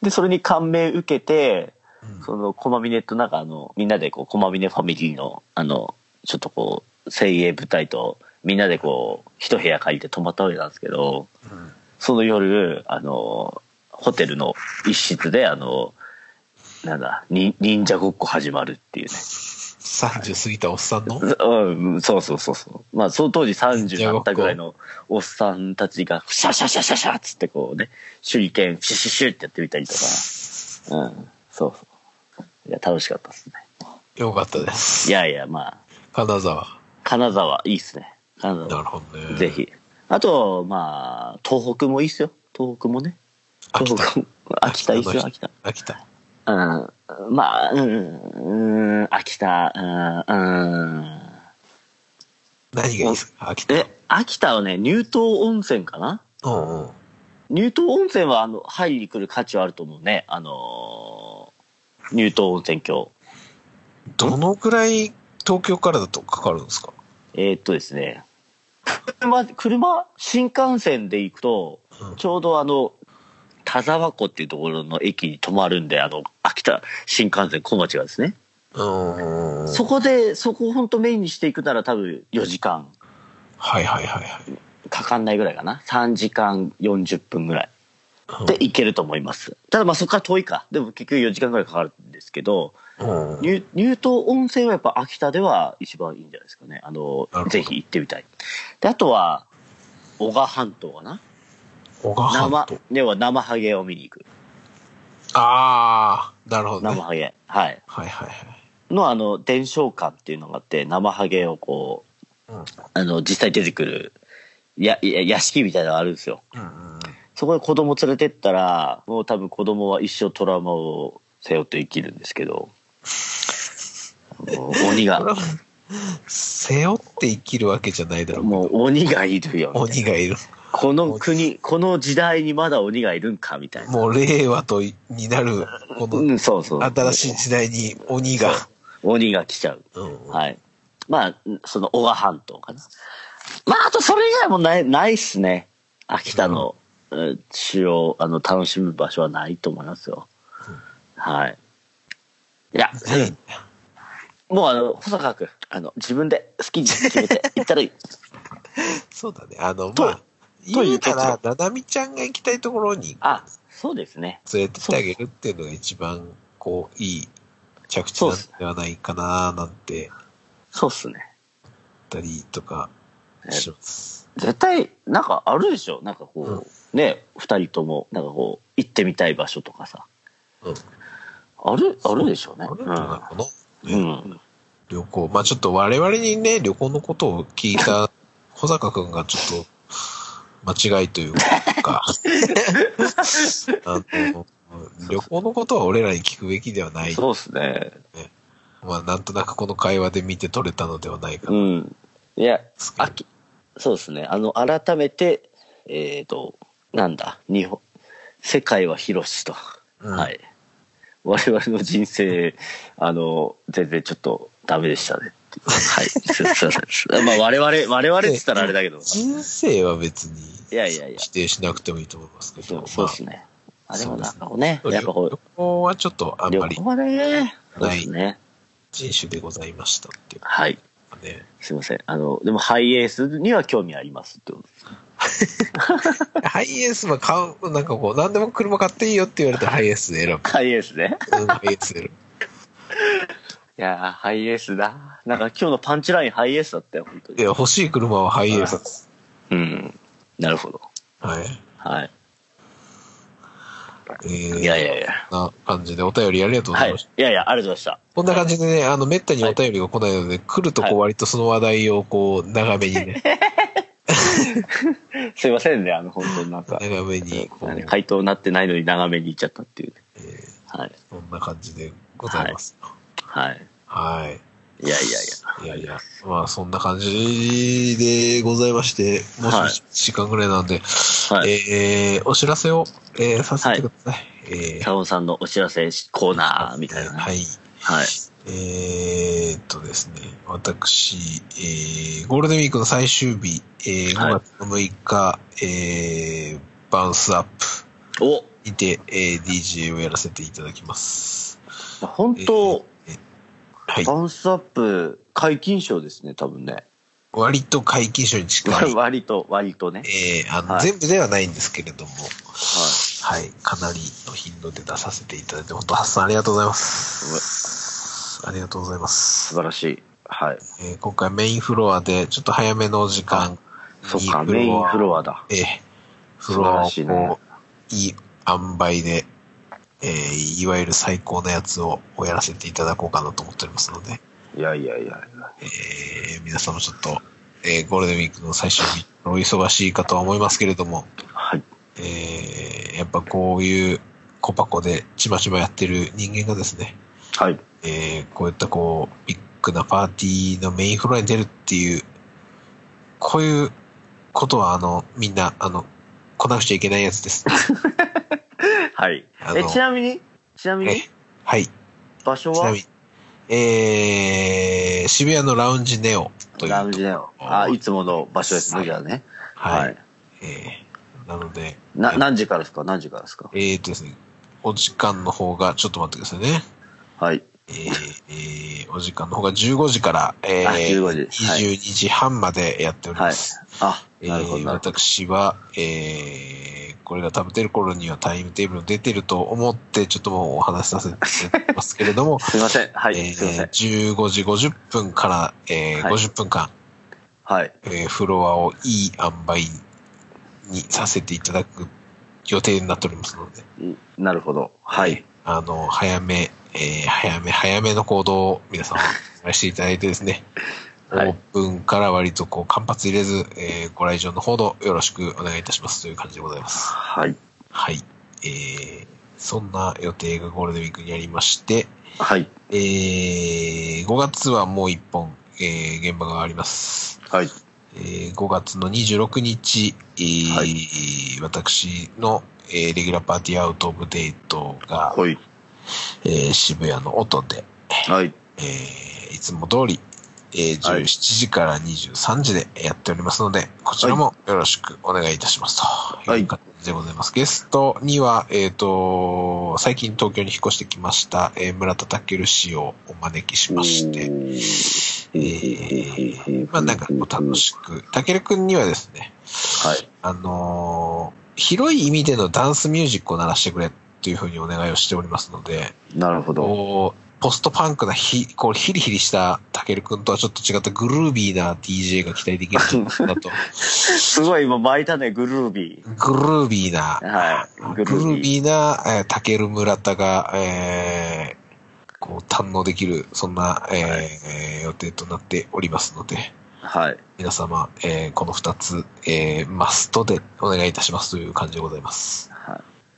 B: で、それに感銘受けて、
A: うん
B: その、コマミネとなんかあの、みんなでこう、コマミネファミリーの、あの、ちょっとこう、精鋭部隊と、みんなでこう、一部屋借りて泊まったわけなんですけど、
A: うん
B: その夜、あの、ホテルの一室で、あの、なんだ、に忍者ごっこ始まるっていうね。
A: 30過ぎたおっさんの
B: うん、そうそうそうそう。まあ、その当時30だったぐらいのおっさんたちが、シャシャシャシャシャっつってこうね、手裏剣、シュシュシュってやってみたりとか。うん、そうそう。いや、楽しかったですね。
A: よかったです。
B: いやいや、まあ、
A: 金沢。
B: 金沢、いいっすね。金
A: なる
B: 沢、
A: ほどね。
B: ぜ。ひ。あと、まあ、東北もいいっすよ。東北もね。
A: 秋
B: 東
A: 田。
B: 北も。秋田いいっすよ、秋田。
A: 秋田。
B: うん、まあ、うん、うん、秋田、うん、うん。
A: 何がいいですか秋田。
B: え、秋田はね、乳頭温泉かな
A: うんうん。
B: 乳頭温泉はあの入りに来る価値はあると思うね、あのー、乳頭温泉郷。
A: どのくらい東京からだとかかるんですか
B: えーっとですね、車、車、新幹線で行くと、
A: うん
B: ちょうどあの、田沢湖っていうところの駅に止まるんで、あの、秋田新幹線小町がですね。
A: うんうんうん。
B: そこで、そこを本当メインにしていくなら多分4時間
A: はいはいはいはい。
B: かかんないぐらいかな。3時間40分ぐら
A: う
B: い。
A: ん
B: で行けると思います。ただまあそこから遠いか。でも結局4時間ぐらいかかるんですけど、
A: うんうん
B: 入入湯温泉はやっぱ秋田では一番いいんじゃないですかね。あの
A: なるほ、ど
B: ぜひ行ってみたい。で、あとは、小川半島かな
A: 小川半
B: 生
A: 島。、
B: では生ハゲを見に行く。
A: ああ、なるほど、ね。
B: 生ハゲ。はい。
A: はいはいはい。
B: のあの、伝承館っていうのがあって、生ハゲをこ
A: うん
B: う、あの、実際出てくる、や、や屋敷みたいなのがあるんですよ。
A: うんうん
B: そこで子供連れてったら、もう多分子供は一生トラウマを背負って生きるんですけど、もう鬼が、
A: 背負って生きるわけじゃないだろう。
B: もう鬼がいるよみたいな。
A: 鬼がいる。
B: この国、この時代にまだ鬼がいるんかみたいな。
A: もう令和といになる、こ
B: う
A: の
B: ん、そうそう。
A: 新しい時代に鬼が。
B: 鬼が来ちゃう。
A: うんうん
B: はい。まあ、その、小川半島かな。まあ、あとそれ以外もない、ないっすね。秋田の、うん主要、あの、楽しむ場所はないと思いますよ。はい。いや、
A: はい
B: もうあの、細川くん、あの、自分で好きに決めて行った らいい。
A: そうだね。あの、
B: と
A: まあ、
B: と
A: 言
B: いう
A: うたら
B: 結、
A: ななみちゃんが行きたいところに
B: あ、そうですね。
A: 連れてってあげるっていうのが一番、こう、いい着地なんではないかななんて言っ
B: そうっすね。
A: たりとかします。
B: 絶対なんかあるでしょなんかこう、
A: うん
B: ね二人ともなんかこう行ってみたい場所とかさ
A: うん。
B: あるあるでしょうね
A: あれなのかな
B: うん、うん、
A: 旅行。まあちょっと我々にね、旅行のことを聞いた小坂くんがちょっと間違いというか、あの、旅行のことは俺らに聞くべきではない。
B: そうっすね
A: まあ、なんとなくこの会話で見て取れたのではないか
B: う
A: な。
B: ん。いや、
A: うん、
B: あきそうですね。あの、改めて、えっ、と、なんだ、日本、世界は広しと。
A: うん
B: はい。我々の人生、あの、全然ちょっとダメでしたね。 はい。すすいません。まあ、我々、我々って言ったらあれだけど。そ
A: 人生は別に
B: いやいやいや
A: 否定しなくてもいいと思いますけど。
B: うそうです
A: ね。
B: ね。あれもなんかこうね、
A: まあ
B: やっぱこ
A: 旅
B: う、
A: 行はちょっとあん
B: 旅
A: まり
B: 行はね、そうですね。
A: 人種でございましたっていう
B: はい。
A: かね。
B: すいません。あの、でもハイエースには興味ありますってことです。
A: ハイエースは買う、なんかこう、何でも車買っていいよって言われてハイエース選ぶ。
B: ハイエースね。
A: うんハイエース選ぶ。
B: いやー、ハイエースだ。なんか今日のパンチラインハイエースだったよ、本当
A: いや、
B: に。
A: 欲しい車はハイエースです。
B: うん。なるほど。
A: はい。
B: はい。
A: え
B: い
A: ー、
B: やいやいや。
A: こんな感じでお便りありがとうご
B: は
A: ざい
B: い
A: ました。。
B: いやいや、ありがとうございま
A: こんな感じでね、あの、めったにお便りが来ないので、来ると
B: は
A: こ
B: いう
A: 割とその話題をこう、長めに ね、
B: した。すいませんね、あの、本当になんか。
A: 長めにこう、
B: 回答になってないのに長めに行っちゃったっていうね。
A: えー
B: はい。
A: そんな感じでございます。
B: はい。
A: はい。
B: いやいやい
A: いやいや、まあそんな感じでございまして、もう
B: はい
A: 1時間ぐらいなんで、
B: や。はい。
A: えーお知らせを、えーさせてください。え
B: タオンさんのお知らせコーナーみたいなね。
A: はい。
B: はい。
A: えーっとですね、私、えーゴールデンウィークの最終日、えー
B: はい
A: 5月の6日、えーバウンスアップ
B: お
A: にて、えー DJ をやらせていただきます。
B: まあ本当、
A: えーはい。
B: バウンスアップ解禁賞ですね、多分ね。。
A: 割と解禁書に近い
B: 割と、割とね。
A: えーあの
B: はい
A: 全部ではないんですけれども、
B: はい。
A: はい、かなりの頻度で出させていただいて、本当、ハッサンありがとうございます。ありがとうございま
B: 素
A: す、
B: 晴らしい。はい。
A: えー今回メインフロアで、ちょっと早めの時間に
B: そっか、メインフロアだ。
A: えーフロアを
B: 素晴らしいね
A: こう、いい塩梅で、えーいわゆる最高のやつををやらせていただこうかなと思っておりますので、
B: いやいやいや。
A: えー皆さんもちょっと、えーゴールデンウィークの最終日、お忙しいかとは思いますけれども、
B: はい。
A: えーやっぱこういうコパコでちまちまやってる人間がですね、
B: はい。
A: えーこういったこう、ビッグなパーティーのメインフロアに出るっていう、こういうことはあの、みんな、あの、来なくちゃいけないやつです。
B: はい。
A: あ
B: え、
A: の
B: ちなみに、ちなみ
A: え
B: に、
A: はい。ち
B: 場所
A: な
B: は
A: みに、えー渋谷のラウンジネオという。
B: ラウンジだよ。あ、いつもの場所です
A: は
B: ね、
A: い
B: じゃあね。
A: はい。
B: はい
A: えーなので、
B: な、何時からですか何時からですか
A: えーっとですね、お時間の方が、ちょっと待ってくださいね。
B: はい。
A: えーえーお時間の方が15時から、え
B: あ15
A: ー、
B: 時はい
A: 22時半までやっており
B: は
A: ま
B: い
A: す。。
B: あ、
A: え
B: なるほど
A: ー
B: なるほど。
A: 私は、えーこれが食べてる頃にはタイムテーブル出てると思って、ちょっともうお話しさせていただきますけれども、
B: すいません。 はい。
A: えー
B: すいません。
A: 15時50分から、えー
B: はい
A: 50分間、
B: はい。
A: えーフロアをいい塩梅にさせていただく予定になっておりますので、
B: なるほど。はい。
A: あの、早め、えー早め、早めの行動を皆さん、お願いしていただいてですね、
B: はい
A: オープンから割とこう、間髪入れず、えーご来場のほどよろしくお願いいたしますという感じでございます。
B: はい。
A: はい。えー、そんな予定がゴールデンウィークにありまして、
B: はい。
A: えー、5月はもう1本、えー現場があります。
B: はい。
A: えー5月の26日、えー
B: は
A: 私の、えーレギュラーパーティーアウトオブデートが、
B: はい。
A: えー渋谷の音で、
B: はい。
A: えーいつも通り、えー
B: はい
A: 17時から23時でやっておりますので、こちらもよろしくお願いいたしますと。。
B: はいいう
A: 感じでございます。ゲストには、えっ、と、最近東京に引っ越してきました、えー村田健氏をお招きしまして、えーまあなんかこう楽しく、健くんにはですね、
B: はい。
A: あのー広い意味でのダンスミュージックを鳴らしてくれというふうにお願いをしておりますので、
B: なるほど。
A: こう、ポストパンクなひ、こう、ヒリヒリしたタケルくんとはちょっと違ったグルービーな DJ が期待できるんじゃないか な
B: すごい今巻いたね、グルービ
A: と。グルービーな
B: ー。、はい。
A: グルービーな、えー、タケル村田が、えーこう、堪能できる、そんな、えー
B: はい
A: えー予定となっておりますので、
B: はい。
A: 皆様、えーこの二つ、えーマストでお願いいたしますという感じでございます。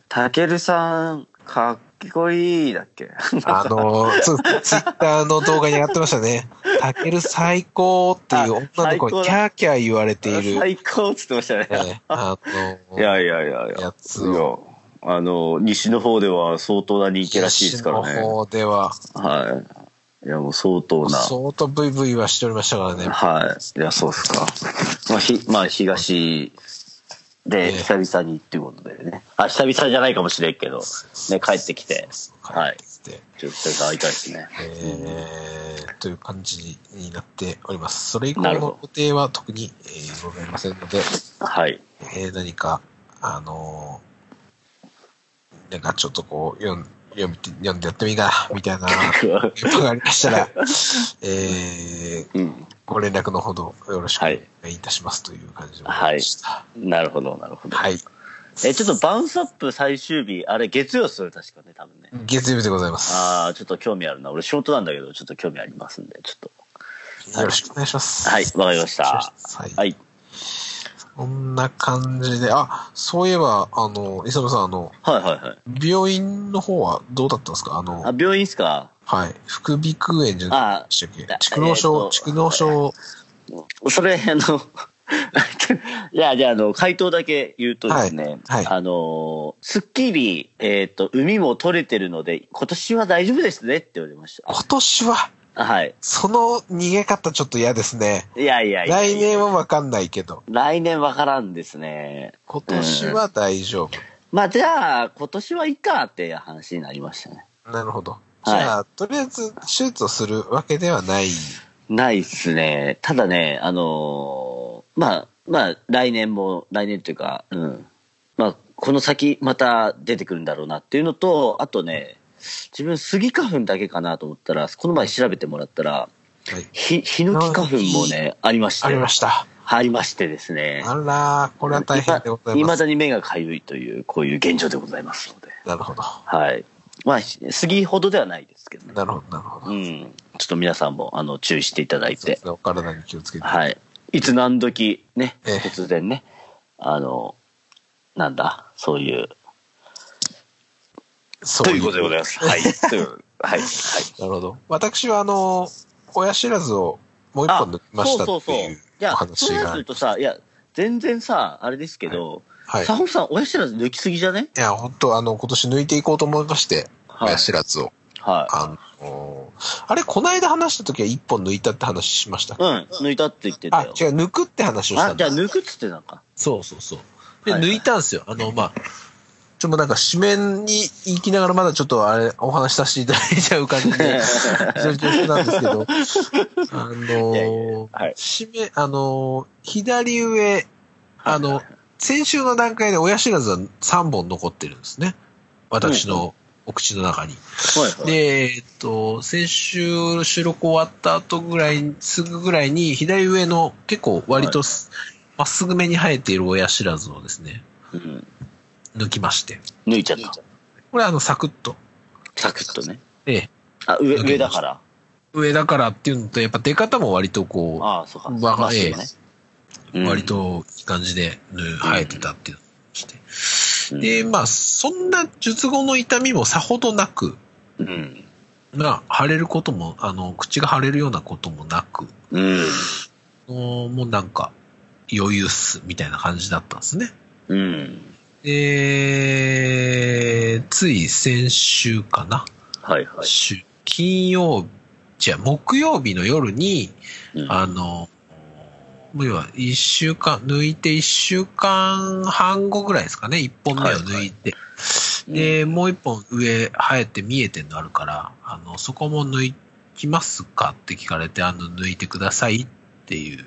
B: たけるさん、かっきこいいだっけ
A: あの、そうツイッターの動画に上がってましたね。たける最高っていう女の子に
B: あ最高だ
A: キャーキャー言われている、
B: 最高っつってましたね。
A: ねあ
B: い
A: の、
B: やいやいやいや。
A: やつ
B: い
A: を。
B: やあの、西の方では相当な人気らしいですから
A: 東
B: ね。
A: の方では、
B: はい。いや、もう相当な。
A: 相当ブイブイはしておりましたからね。
B: はい。いや、そうっすか。まあ、ひまあ、東で
A: ええ
B: 久々にっていうことでね。あ、久々じゃないかもしれんけど、ね、帰ってきて、はい
A: 帰ってきて
B: ちょっと久々会いたいですね。
A: えーという感じになっております。それ以降
B: なるほ
A: の
B: ど
A: 予定は特に、えーございませんので、
B: はい。
A: えー何か、あのーなんかちょっとこう、読ん読みて読んでやってみいかな、みたいなことがありました ら、えー
B: うん。
A: ご連絡のほどよろしくお
B: は
A: 願
B: い
A: いいたしますという感じでございました。
B: なるほど、なるほど。
A: はい。
B: え、ちょっとバウンスアップ最終日、あれ、月曜っすよ、確かね、多分ね。
A: 月曜日でございます。
B: ああ、ちょっと興味あるな。俺、仕事なんだけど、ちょっと興味ありますんで、ちょっと。
A: よろしくお願いします。
B: はいわかりました
A: はい。
B: はい。
A: こんな感じで、あ、そういえば、あの、磯部さん、あの、
B: はいはいはい。
A: 病院の方はどうだったんですかあの、
B: あ、病院っすか
A: はい。副鼻腔炎じゃないでしたっけ
B: あ
A: 蓄膿
B: え
A: 症、
B: ーと
A: 蓄膿症、
B: それ、あの、 いや、じゃあ、あの、回答だけ言うとですね、
A: はいはい
B: あの、すっきり、えっ、と、海も取れてるので、今年は大丈夫ですねって言われまし
A: 今年は、
B: た。はい。
A: その逃げ方ちょっと嫌ですね。
B: いやいやいや。
A: 来年はわかんないけど、
B: 来年わからんですね。
A: 今年は大丈夫。
B: まあ、じゃあ、今年はいいかっていう話になりましたね。
A: なるほど。じ
B: はい
A: ゃあ、とりあえず手術をするわけではない。
B: ないっすね。ただね、あのーまあ、まあ、来年も、来年というか、うん。まあ、この先、また出てくるんだろうなっていうのと、あとね、自分、スギ花粉だけかなと思ったら、この前調べてもらったら、
A: はい。
B: ひ、ヒノキ花粉もね、ありまして。
A: ありました。
B: ありましてですね。
A: あらー、これは大変でござい
B: い
A: ま。
B: ますだに目がかゆいという、こういう現状でございますので。
A: なるほど。
B: はい。まあ、スギほどではないですけどね。
A: なるほど、なるほど。
B: うん。ちょっと皆さんも、あの、注意していただい
A: そうで
B: て
A: す。ねお体に気をつけて。
B: はい。いつ何時ね、
A: ええ
B: 突然ね、あの、なんだ、そういう。
A: そ
B: ということでございます。はい。というはい。はい。
A: なるほど。私は、あの、親知らずをもう一本抜きました
B: そう
A: っ
B: そう
A: て
B: そう。
A: いう
B: いや
A: お、
B: そ
A: 話
B: う
A: が
B: す。るとさ、いや、全然さ、あれですけど、
A: はい。
B: サホさん、親知らず抜きすぎじゃね
A: いや、本当あの、今年抜いていこうと思いまして、
B: はい
A: 親知らずを。
B: は
A: あの、あれ、この間話した時は一本抜いたって話しましたっ
B: い。う
A: け
B: ん、抜いたって言って
A: あ、
B: た
A: 違う
B: よ。、
A: 抜くって話をした
B: あ、
A: ん
B: じゃ
A: で
B: あ
A: す。
B: 抜くっつってなんか。
A: そうそうそう。で、
B: はいはい
A: 抜いたんですよ。あの、まあ、ちょっともうなんか、紙面に行きながらまだちょっとあれ、お話しさせていただいちゃう感じ で、非常に恐縮なんですけど、あの
B: いやいやいやはい
A: 締め、あのー左上、あの、先週の段階で親知らずは3本残ってるんですね。私のお口の中に。
B: はいはい。
A: で、えっと、先週収録終わった後ぐらい、すぐぐらいに、左上の結構割とすまっすぐめに生えている親知らずをですね、
B: うん
A: 抜きまして。
B: 抜いちゃった。
A: これあの、サクッと。
B: サクッとね。
A: ええ
B: あ、上、上だから。
A: 上だからっていうのと、やっぱ出方も割とこう、
B: ああ、そうか。
A: わ
B: まっすぐ
A: え
B: ね
A: 割。といい感じでぬ生えてたっていうのをして。
B: うん
A: で、まあ、そんな術後の痛みもさほどなく、
B: うん。
A: まあ、腫れることも、あの、口が腫れるようなこともなく、
B: うん。
A: もうもうなんか、余裕っす、みたいな感じだったんですね。
B: うん。
A: で、つい先週かな、
B: はいはい。
A: 週金曜、じゃあ木曜日の夜に、
B: うん
A: あの、もう要は一週間、抜いて一週間半後ぐらいですかね、一本目を抜いて。で、もう一本上生えて見えてるのあるから、あの、そこも抜きますかって聞かれて、あの、抜いてくださいっていう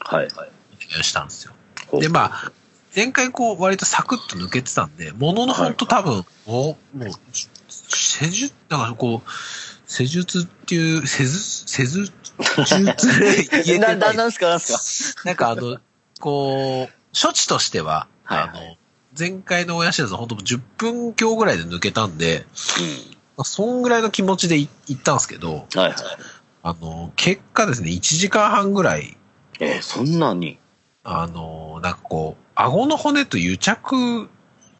B: はいはい。
A: お願いをしたんですよ。
B: ほう
A: で、まあ、前回こう、割とサクッと抜けてたんで、もののほんと多分、おもう、施術、だからこう、施術っていう、施術、施術、手術で言えてな
B: な、
A: い
B: な、なんすか、なんすか。
A: なんかあの、こう、処置としては、
B: はいはい
A: あの、前回の親知らず本当10分強ぐらいで抜けたんで、まあそんぐらいの気持ちでい行ったんですけど、
B: うん。はいはい。
A: あの、結果ですね、1時間半ぐらい、
B: えー、そんなに。
A: あの、なんかこう、顎の骨と癒着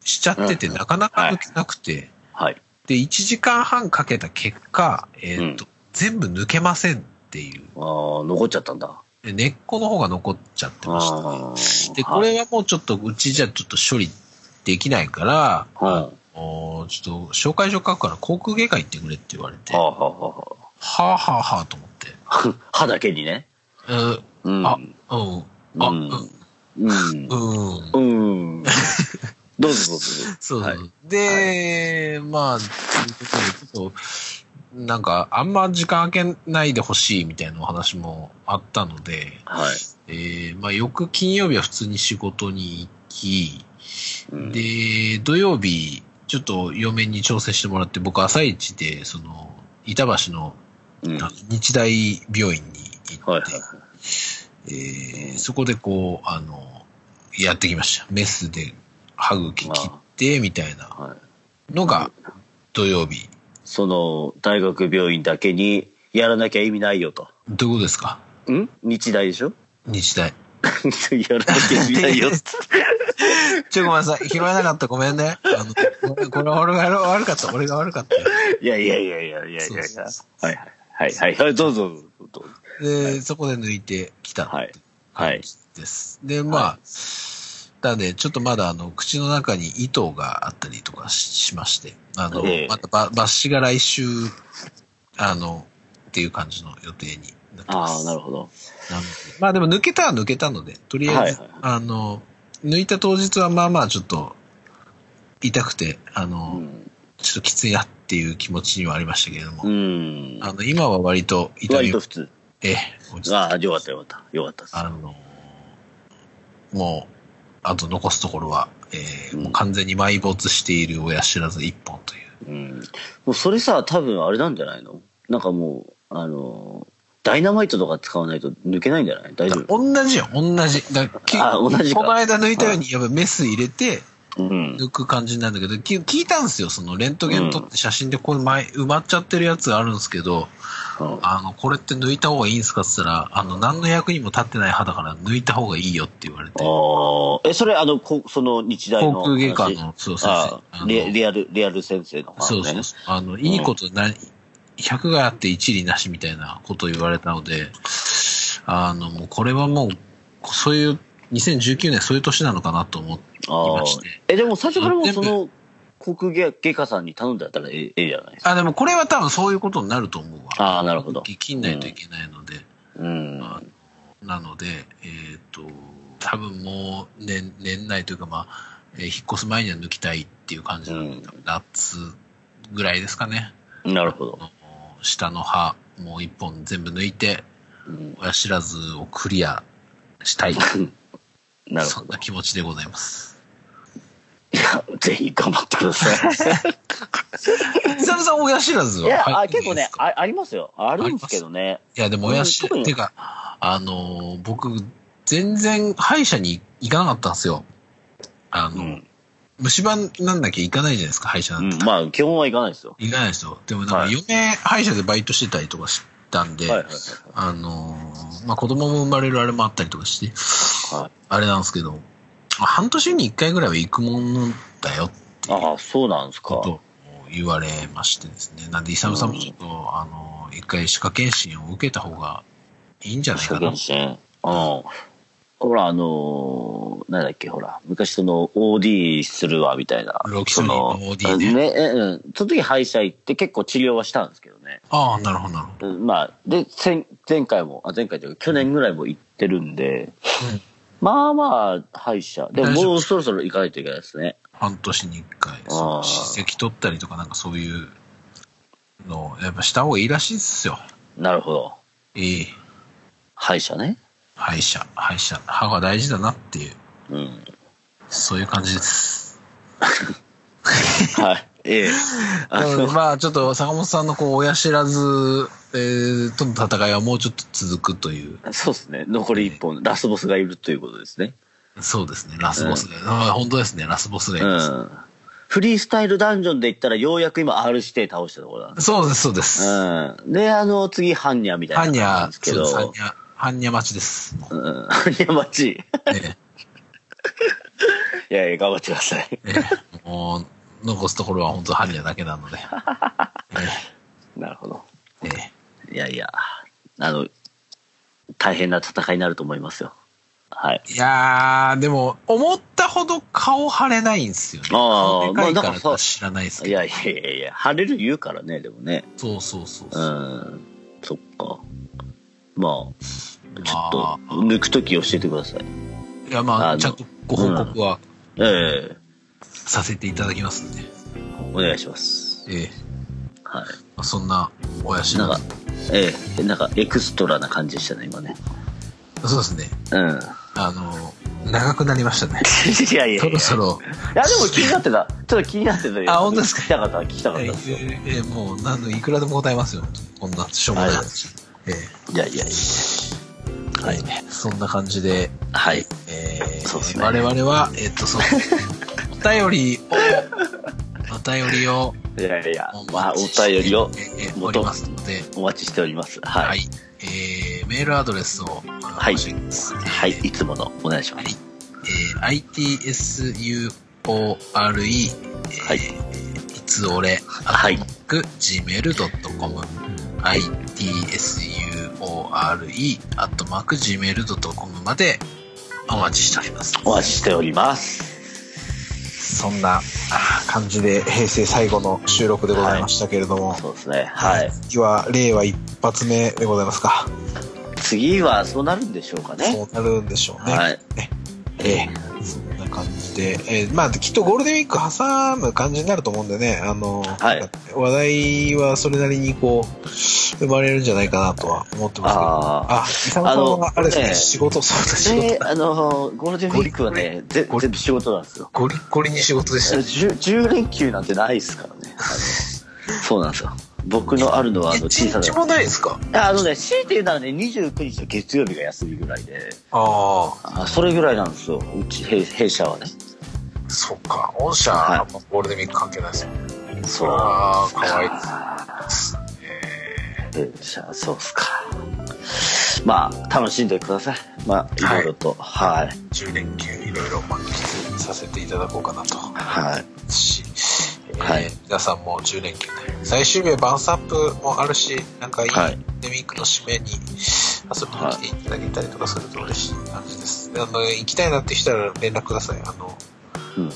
A: しちゃってて、
B: うん
A: なかなか抜けなくて、
B: はい。
A: で、1時間半かけた結果、えーっと、全部抜けませんっていう。
B: ああ、残っちゃったんだ。
A: で根っこの方が残っちゃってました。
B: あー
A: で、こ、れはもうちょっと、うちじゃちょっと処理できないから、
B: はい。は
A: おーちょっと、紹介状書くから航空外科行ってくれって言われて、
B: あ、は
A: は
B: あ、は
A: あはあはあと思って。
B: あ。歯だけにね。
A: うん、
B: うん。
A: あ、うん、
B: うん。
A: あ、
B: う
A: うん、
B: ん。
A: うん。
B: うん。どうぞどうぞ。
A: そう、
B: はい
A: で、まあ、ということで、ちょっと、なんか、あんま時間空けないでほしいみたいなお話もあったので、
B: はい。
A: えーまあ、翌金曜日は普通に仕事に行き、
B: うん、
A: で、土曜日、ちょっと嫁に調整してもらって、僕、朝一で、その、板橋の
B: うん。
A: あ
B: は
A: の日大病院に行
B: い
A: っ
B: は
A: て、
B: い。
A: えーそこでこう、あの、やってきました。メスで歯茎切って、みたいな
B: はい、
A: のが土曜日。
B: その、大学病院だけにやらなきゃ意味ないよと。
A: どういうことですか
B: ん日大でしょ
A: 日大。
B: やらなきゃ意味ない よ。
A: ちょ、ごめんなさい。拾えなかった。ごめんね。あの、これこれ俺が悪かった。俺が悪かった。
B: いやいやいやいやいやい
A: そう
B: やい
A: そ
B: や
A: う。
B: はいはいはいはい。どうぞどうぞどうぞ。
A: で、そこで抜いてきた。
B: はい。はい。
A: です。で、まあ、だね、ちょっとまだあの、口の中に糸があったりとかししまして、あの、
B: ええ
A: またば抜歯が来週、あの、っていう感じの予定になってま
B: ああ、
A: す。
B: なるほど。
A: なのでまあでも抜けたは抜けたので、とりあえず、
B: はいはいはい
A: あの、抜いた当日はまあまあちょっと、痛くて、あの、
B: うん。
A: ちょっときついなっていう気持ちにはありましたけれども、
B: うん。
A: あの、今は割と痛み
B: 割
A: を
B: と、普通。
A: ええ、落ち着いて
B: ああ、よかったよかった。よかったです。
A: あの、もう、あと残すところは、えー
B: うん
A: もう完全に埋没している親知らず一本という。
B: うん。もうそれさ、多分あれなんじゃないのなんかもう、あの、ダイナマイトとか使わないと抜けないんじゃない大丈夫
A: 同じよ、同じ。だき
B: あ同じか
A: この間抜いたように、やっぱメス入れて、
B: うん。
A: 抜く感じになるんだけど、き聞いたんですよ、そのレントゲン撮って写真でこれ前、埋まっちゃってるやつがあるんですけど、
B: うん
A: あの、これって抜いた方がいいんですかって言ったら、あの、何の役にも立ってない歯だから抜いた方がいいよって言われて、
B: ああ、え、それ、あの、こその日大の
A: 航空外科
B: 話
A: の、そう先
B: あ
A: 生。あ
B: あ
A: の
B: リリアル、リアル先生の話
A: そう
B: ね。
A: そうそう。あの、いいことな、100があって一理なしみたいなことを言われたので、あの、もうこれはもう、そういう、2019年そういう年なのかなと思ってい
B: ああ
A: まして。
B: え、でも最初からもう
A: 全
B: そ
A: 部
B: の、航空外科さんに頼んだったらええええじゃないですか。
A: あ、でもこれは多分そういうことになると思うわ。
B: ああ、なるほど。
A: 切んないといけないので、
B: うん。
A: あなので、えっ、と、多分もう年、年内というかまあ、えー引っ越す前には抜きたいっていう感じなので、
B: うん
A: 多分夏ぐらいですかね。
B: なるほど。
A: あの下の歯、もう一本全部抜いて、
B: うん
A: 親知らずをクリアした い。
B: なるほ
A: そんな気持ちでございます。
B: ど。ぜひ頑張ってくださ
A: 久々親知らず
B: い。
A: はい
B: や、
A: 入
B: あ
A: ってる
B: 結
A: んです
B: 構ね
A: か
B: あ、ありますよ。あるんですけどね。
A: いや、でも親知
B: うん特に
A: てか、あのー、僕、全然歯医者に行かなかったんですよ。あの、
B: うん。
A: 虫歯なんだけ行かないじゃないですか、歯医者な
B: うん
A: て。
B: んまあ、基本はいかないですよ。
A: 行かないですよ。でもなんか、
B: はい
A: 嫁、歯医者でバイトしてたりとかしたんで、
B: はいはいはい
A: あのー、まあ、子供も生まれるあれもあったりとかして、
B: はい。
A: あれなんですけど、半年に一回ぐらいは行くもんだよっていう
B: ああ、そうなんですか。
A: ことを言われましてですね。なんで、イサムさんもちょっと、あの、一回歯科検診を受けた方がいいんじゃない
B: 歯科
A: かな。
B: 検診。うん。ほら、あのーなんだっけ、ほら、昔その OD するわ、みたいな。
A: ロキソニンの
B: そ
A: OD ね
B: えうん。その時歯医者行って結構治療はしたんですけどね。
A: ああ、なるほど、なるほ
B: うんまあ、で、前前回も、あ、前回というか去年ぐらいも行ってるんで、
A: ど。うん
B: まあまあ、歯医者。でも
A: 大丈夫
B: もうそろそろ行かないといけないですね。
A: 半年に一回、
B: あ
A: そ
B: ー
A: う歯石取ったりとか、なんかそういうのを、やっぱした方がいいらしいっすよ。
B: なるほど。
A: いい。
B: 歯医者ね。
A: 歯医者、歯医者。歯が大事だなっていう、
B: うん。
A: そういう感じです。
B: はい。ええ。あの
A: うんまあ、ちょっと坂本さんのこう、親知らず、えーとの戦いはもうちょっと続くという。
B: そうですね。残り一本、ラスボスがいるということですね。
A: そうですね、ラスボスが、あ本当ですね、ラスボスがいます。
B: うん。フリースタイルダンジョンで言ったら、ようやく今 R 指定倒したところなんで。
A: そうです、そうですす。
B: うん。で、あの、次、ハンニャみたいな
A: ハン
B: 感じ
A: ニ
B: なん
A: ャ、
B: ですけ
A: そう
B: ど
A: です、。ハンニャ、ハンニャ待ちです。も
B: うんハンニャ待ち。
A: うえ
B: いやいや、頑張ってください。
A: えええもう、残すところは本当ハリアだけなので。
B: なるほど。
A: ええ
B: いやいや、あの、大変な戦いになると思いますよ。はい。
A: いやー、でも、思ったほど顔腫れないんですよね。
B: あ
A: 顔で
B: ー
A: かい
B: ま
A: から
B: あだから
A: か
B: さ
A: 知らないです
B: い
A: けど。
B: やいやいやいや、晴れる言うからね、でもね。
A: そうそうそう
B: う
A: そう。
B: ん、そっか。まあ、ちょっ
A: ま
B: と、抜くとき教えてください。
A: いや、ま
B: あ
A: あ、
B: の
A: ちゃんとご報告は
B: ええ
A: させていただきますんで。
B: お願いします。
A: ええ
B: は
A: まあそんな、おや
B: い。
A: し
B: なん
A: の
B: か。、ええなんかエクストラな感じでしたね、今ね。
A: そうですね。
B: うん。
A: あの、長くなりましたね。
B: いやいやいや。
A: そろそろ、
B: いや、でも気になってた。ちょっと気になってたよ。
A: あ本当ですか
B: 聞きたかった、聞きたかった
A: え
B: ですよ。い
A: えええもう、なんの、いくらでも答えますよ。こんな、しょうもない話。え
B: やいやいや。
A: えはい。そんな感じで、
B: はい。
A: えー
B: そうですね
A: 我々は、えっと、その、お便りを、お便りを、
B: いやいや
A: お、
B: まあ、お
A: 待ちして
B: 便りを
A: えーえーお
B: 元
A: りますので、
B: お待ちしております。
A: は
B: はいい。。
A: えーメールアドレスを、
B: い
A: 教えます。
B: はい。いつものお願いします。
A: えー itsure、
B: はい
A: いつ俺、
B: はい。
A: gmail.com、itsure、gmail.com までお待ちしております。
B: お待ちしております。
A: そんなあー感じで平成最後の収録でございましたけれども、
B: そうですね。はい。
A: 次は令和一発目でございますか。
B: 次はそうなるんでしょうかね。
A: そうなるんでしょうね。
B: はい。
A: ええ、そんな感じで、ええまあ、きっとゴールデンウィーク挟む感じになると思うんでね、あの、
B: はい
A: 話題はそれなりにこう、生まれるんじゃないかなとは思ってますけど、
B: ああ。
A: あ、伊沢さんはあれですね、
B: ええ
A: 仕事、そうだ、仕事
B: で、あのー、ゴールデンウィークはね、ぜ
A: ゴリ
B: 全部仕事なんですよ。
A: ゴリゴリに仕事でした。
B: 10, 10連休なんてないですからね。あのそうなんですよ。僕のあるのは、あの、小
A: 一
B: さな
A: 日。もないですか
B: あのね、強いて言うならね、29日の月曜日が休みぐらいで、
A: あ
B: あそれぐらいなんですよ、うち、弊弊社はね。
A: あ、そっか、御社、
B: は
A: ゴールデンウィーク関係ないですよ。
B: そ
A: ああ、かわいい
B: あ
A: ですね。
B: ー弊社、そうっすか。まあ、楽しんでください。まあ、いろいろと。はい。
A: 10連休いろいろ満喫させていただこうかなと。
B: はい。
A: し、えー
B: はい
A: 皆さんも10連休で最終日はバウンスアップもあるしなんかいい
B: はい
A: デミックの締めに遊びに来ていただけたりとかすると嬉しい感じです、あの行きたいなって人は連絡くださいあの
B: うん。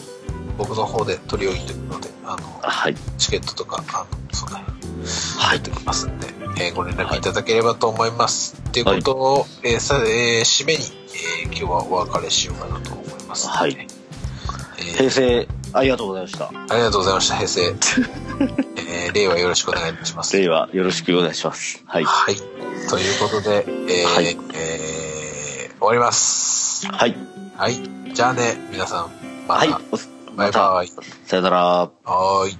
A: 僕の方で取り置いてるのであの
B: はい。
A: チケットとかあのその辺
B: は
A: 入っ
B: い。
A: てきますんで、えーご連絡いただければと思います、ということを、えーさえー締めに、えー今日はお別れしようかなと思いますので
B: はい
A: えー
B: 平成、ありがとうございました。
A: ありがとうございました、 平成。えー、令和よろしくお願いします。
B: では、よろしくお願いします。はい。
A: はい。ということで、えー
B: はい
A: えー終わります。
B: はい。
A: はい。じゃあね、皆さん、ま
B: はい
A: た、。
B: お
A: バイバイ。
B: さよなら。
A: はーい。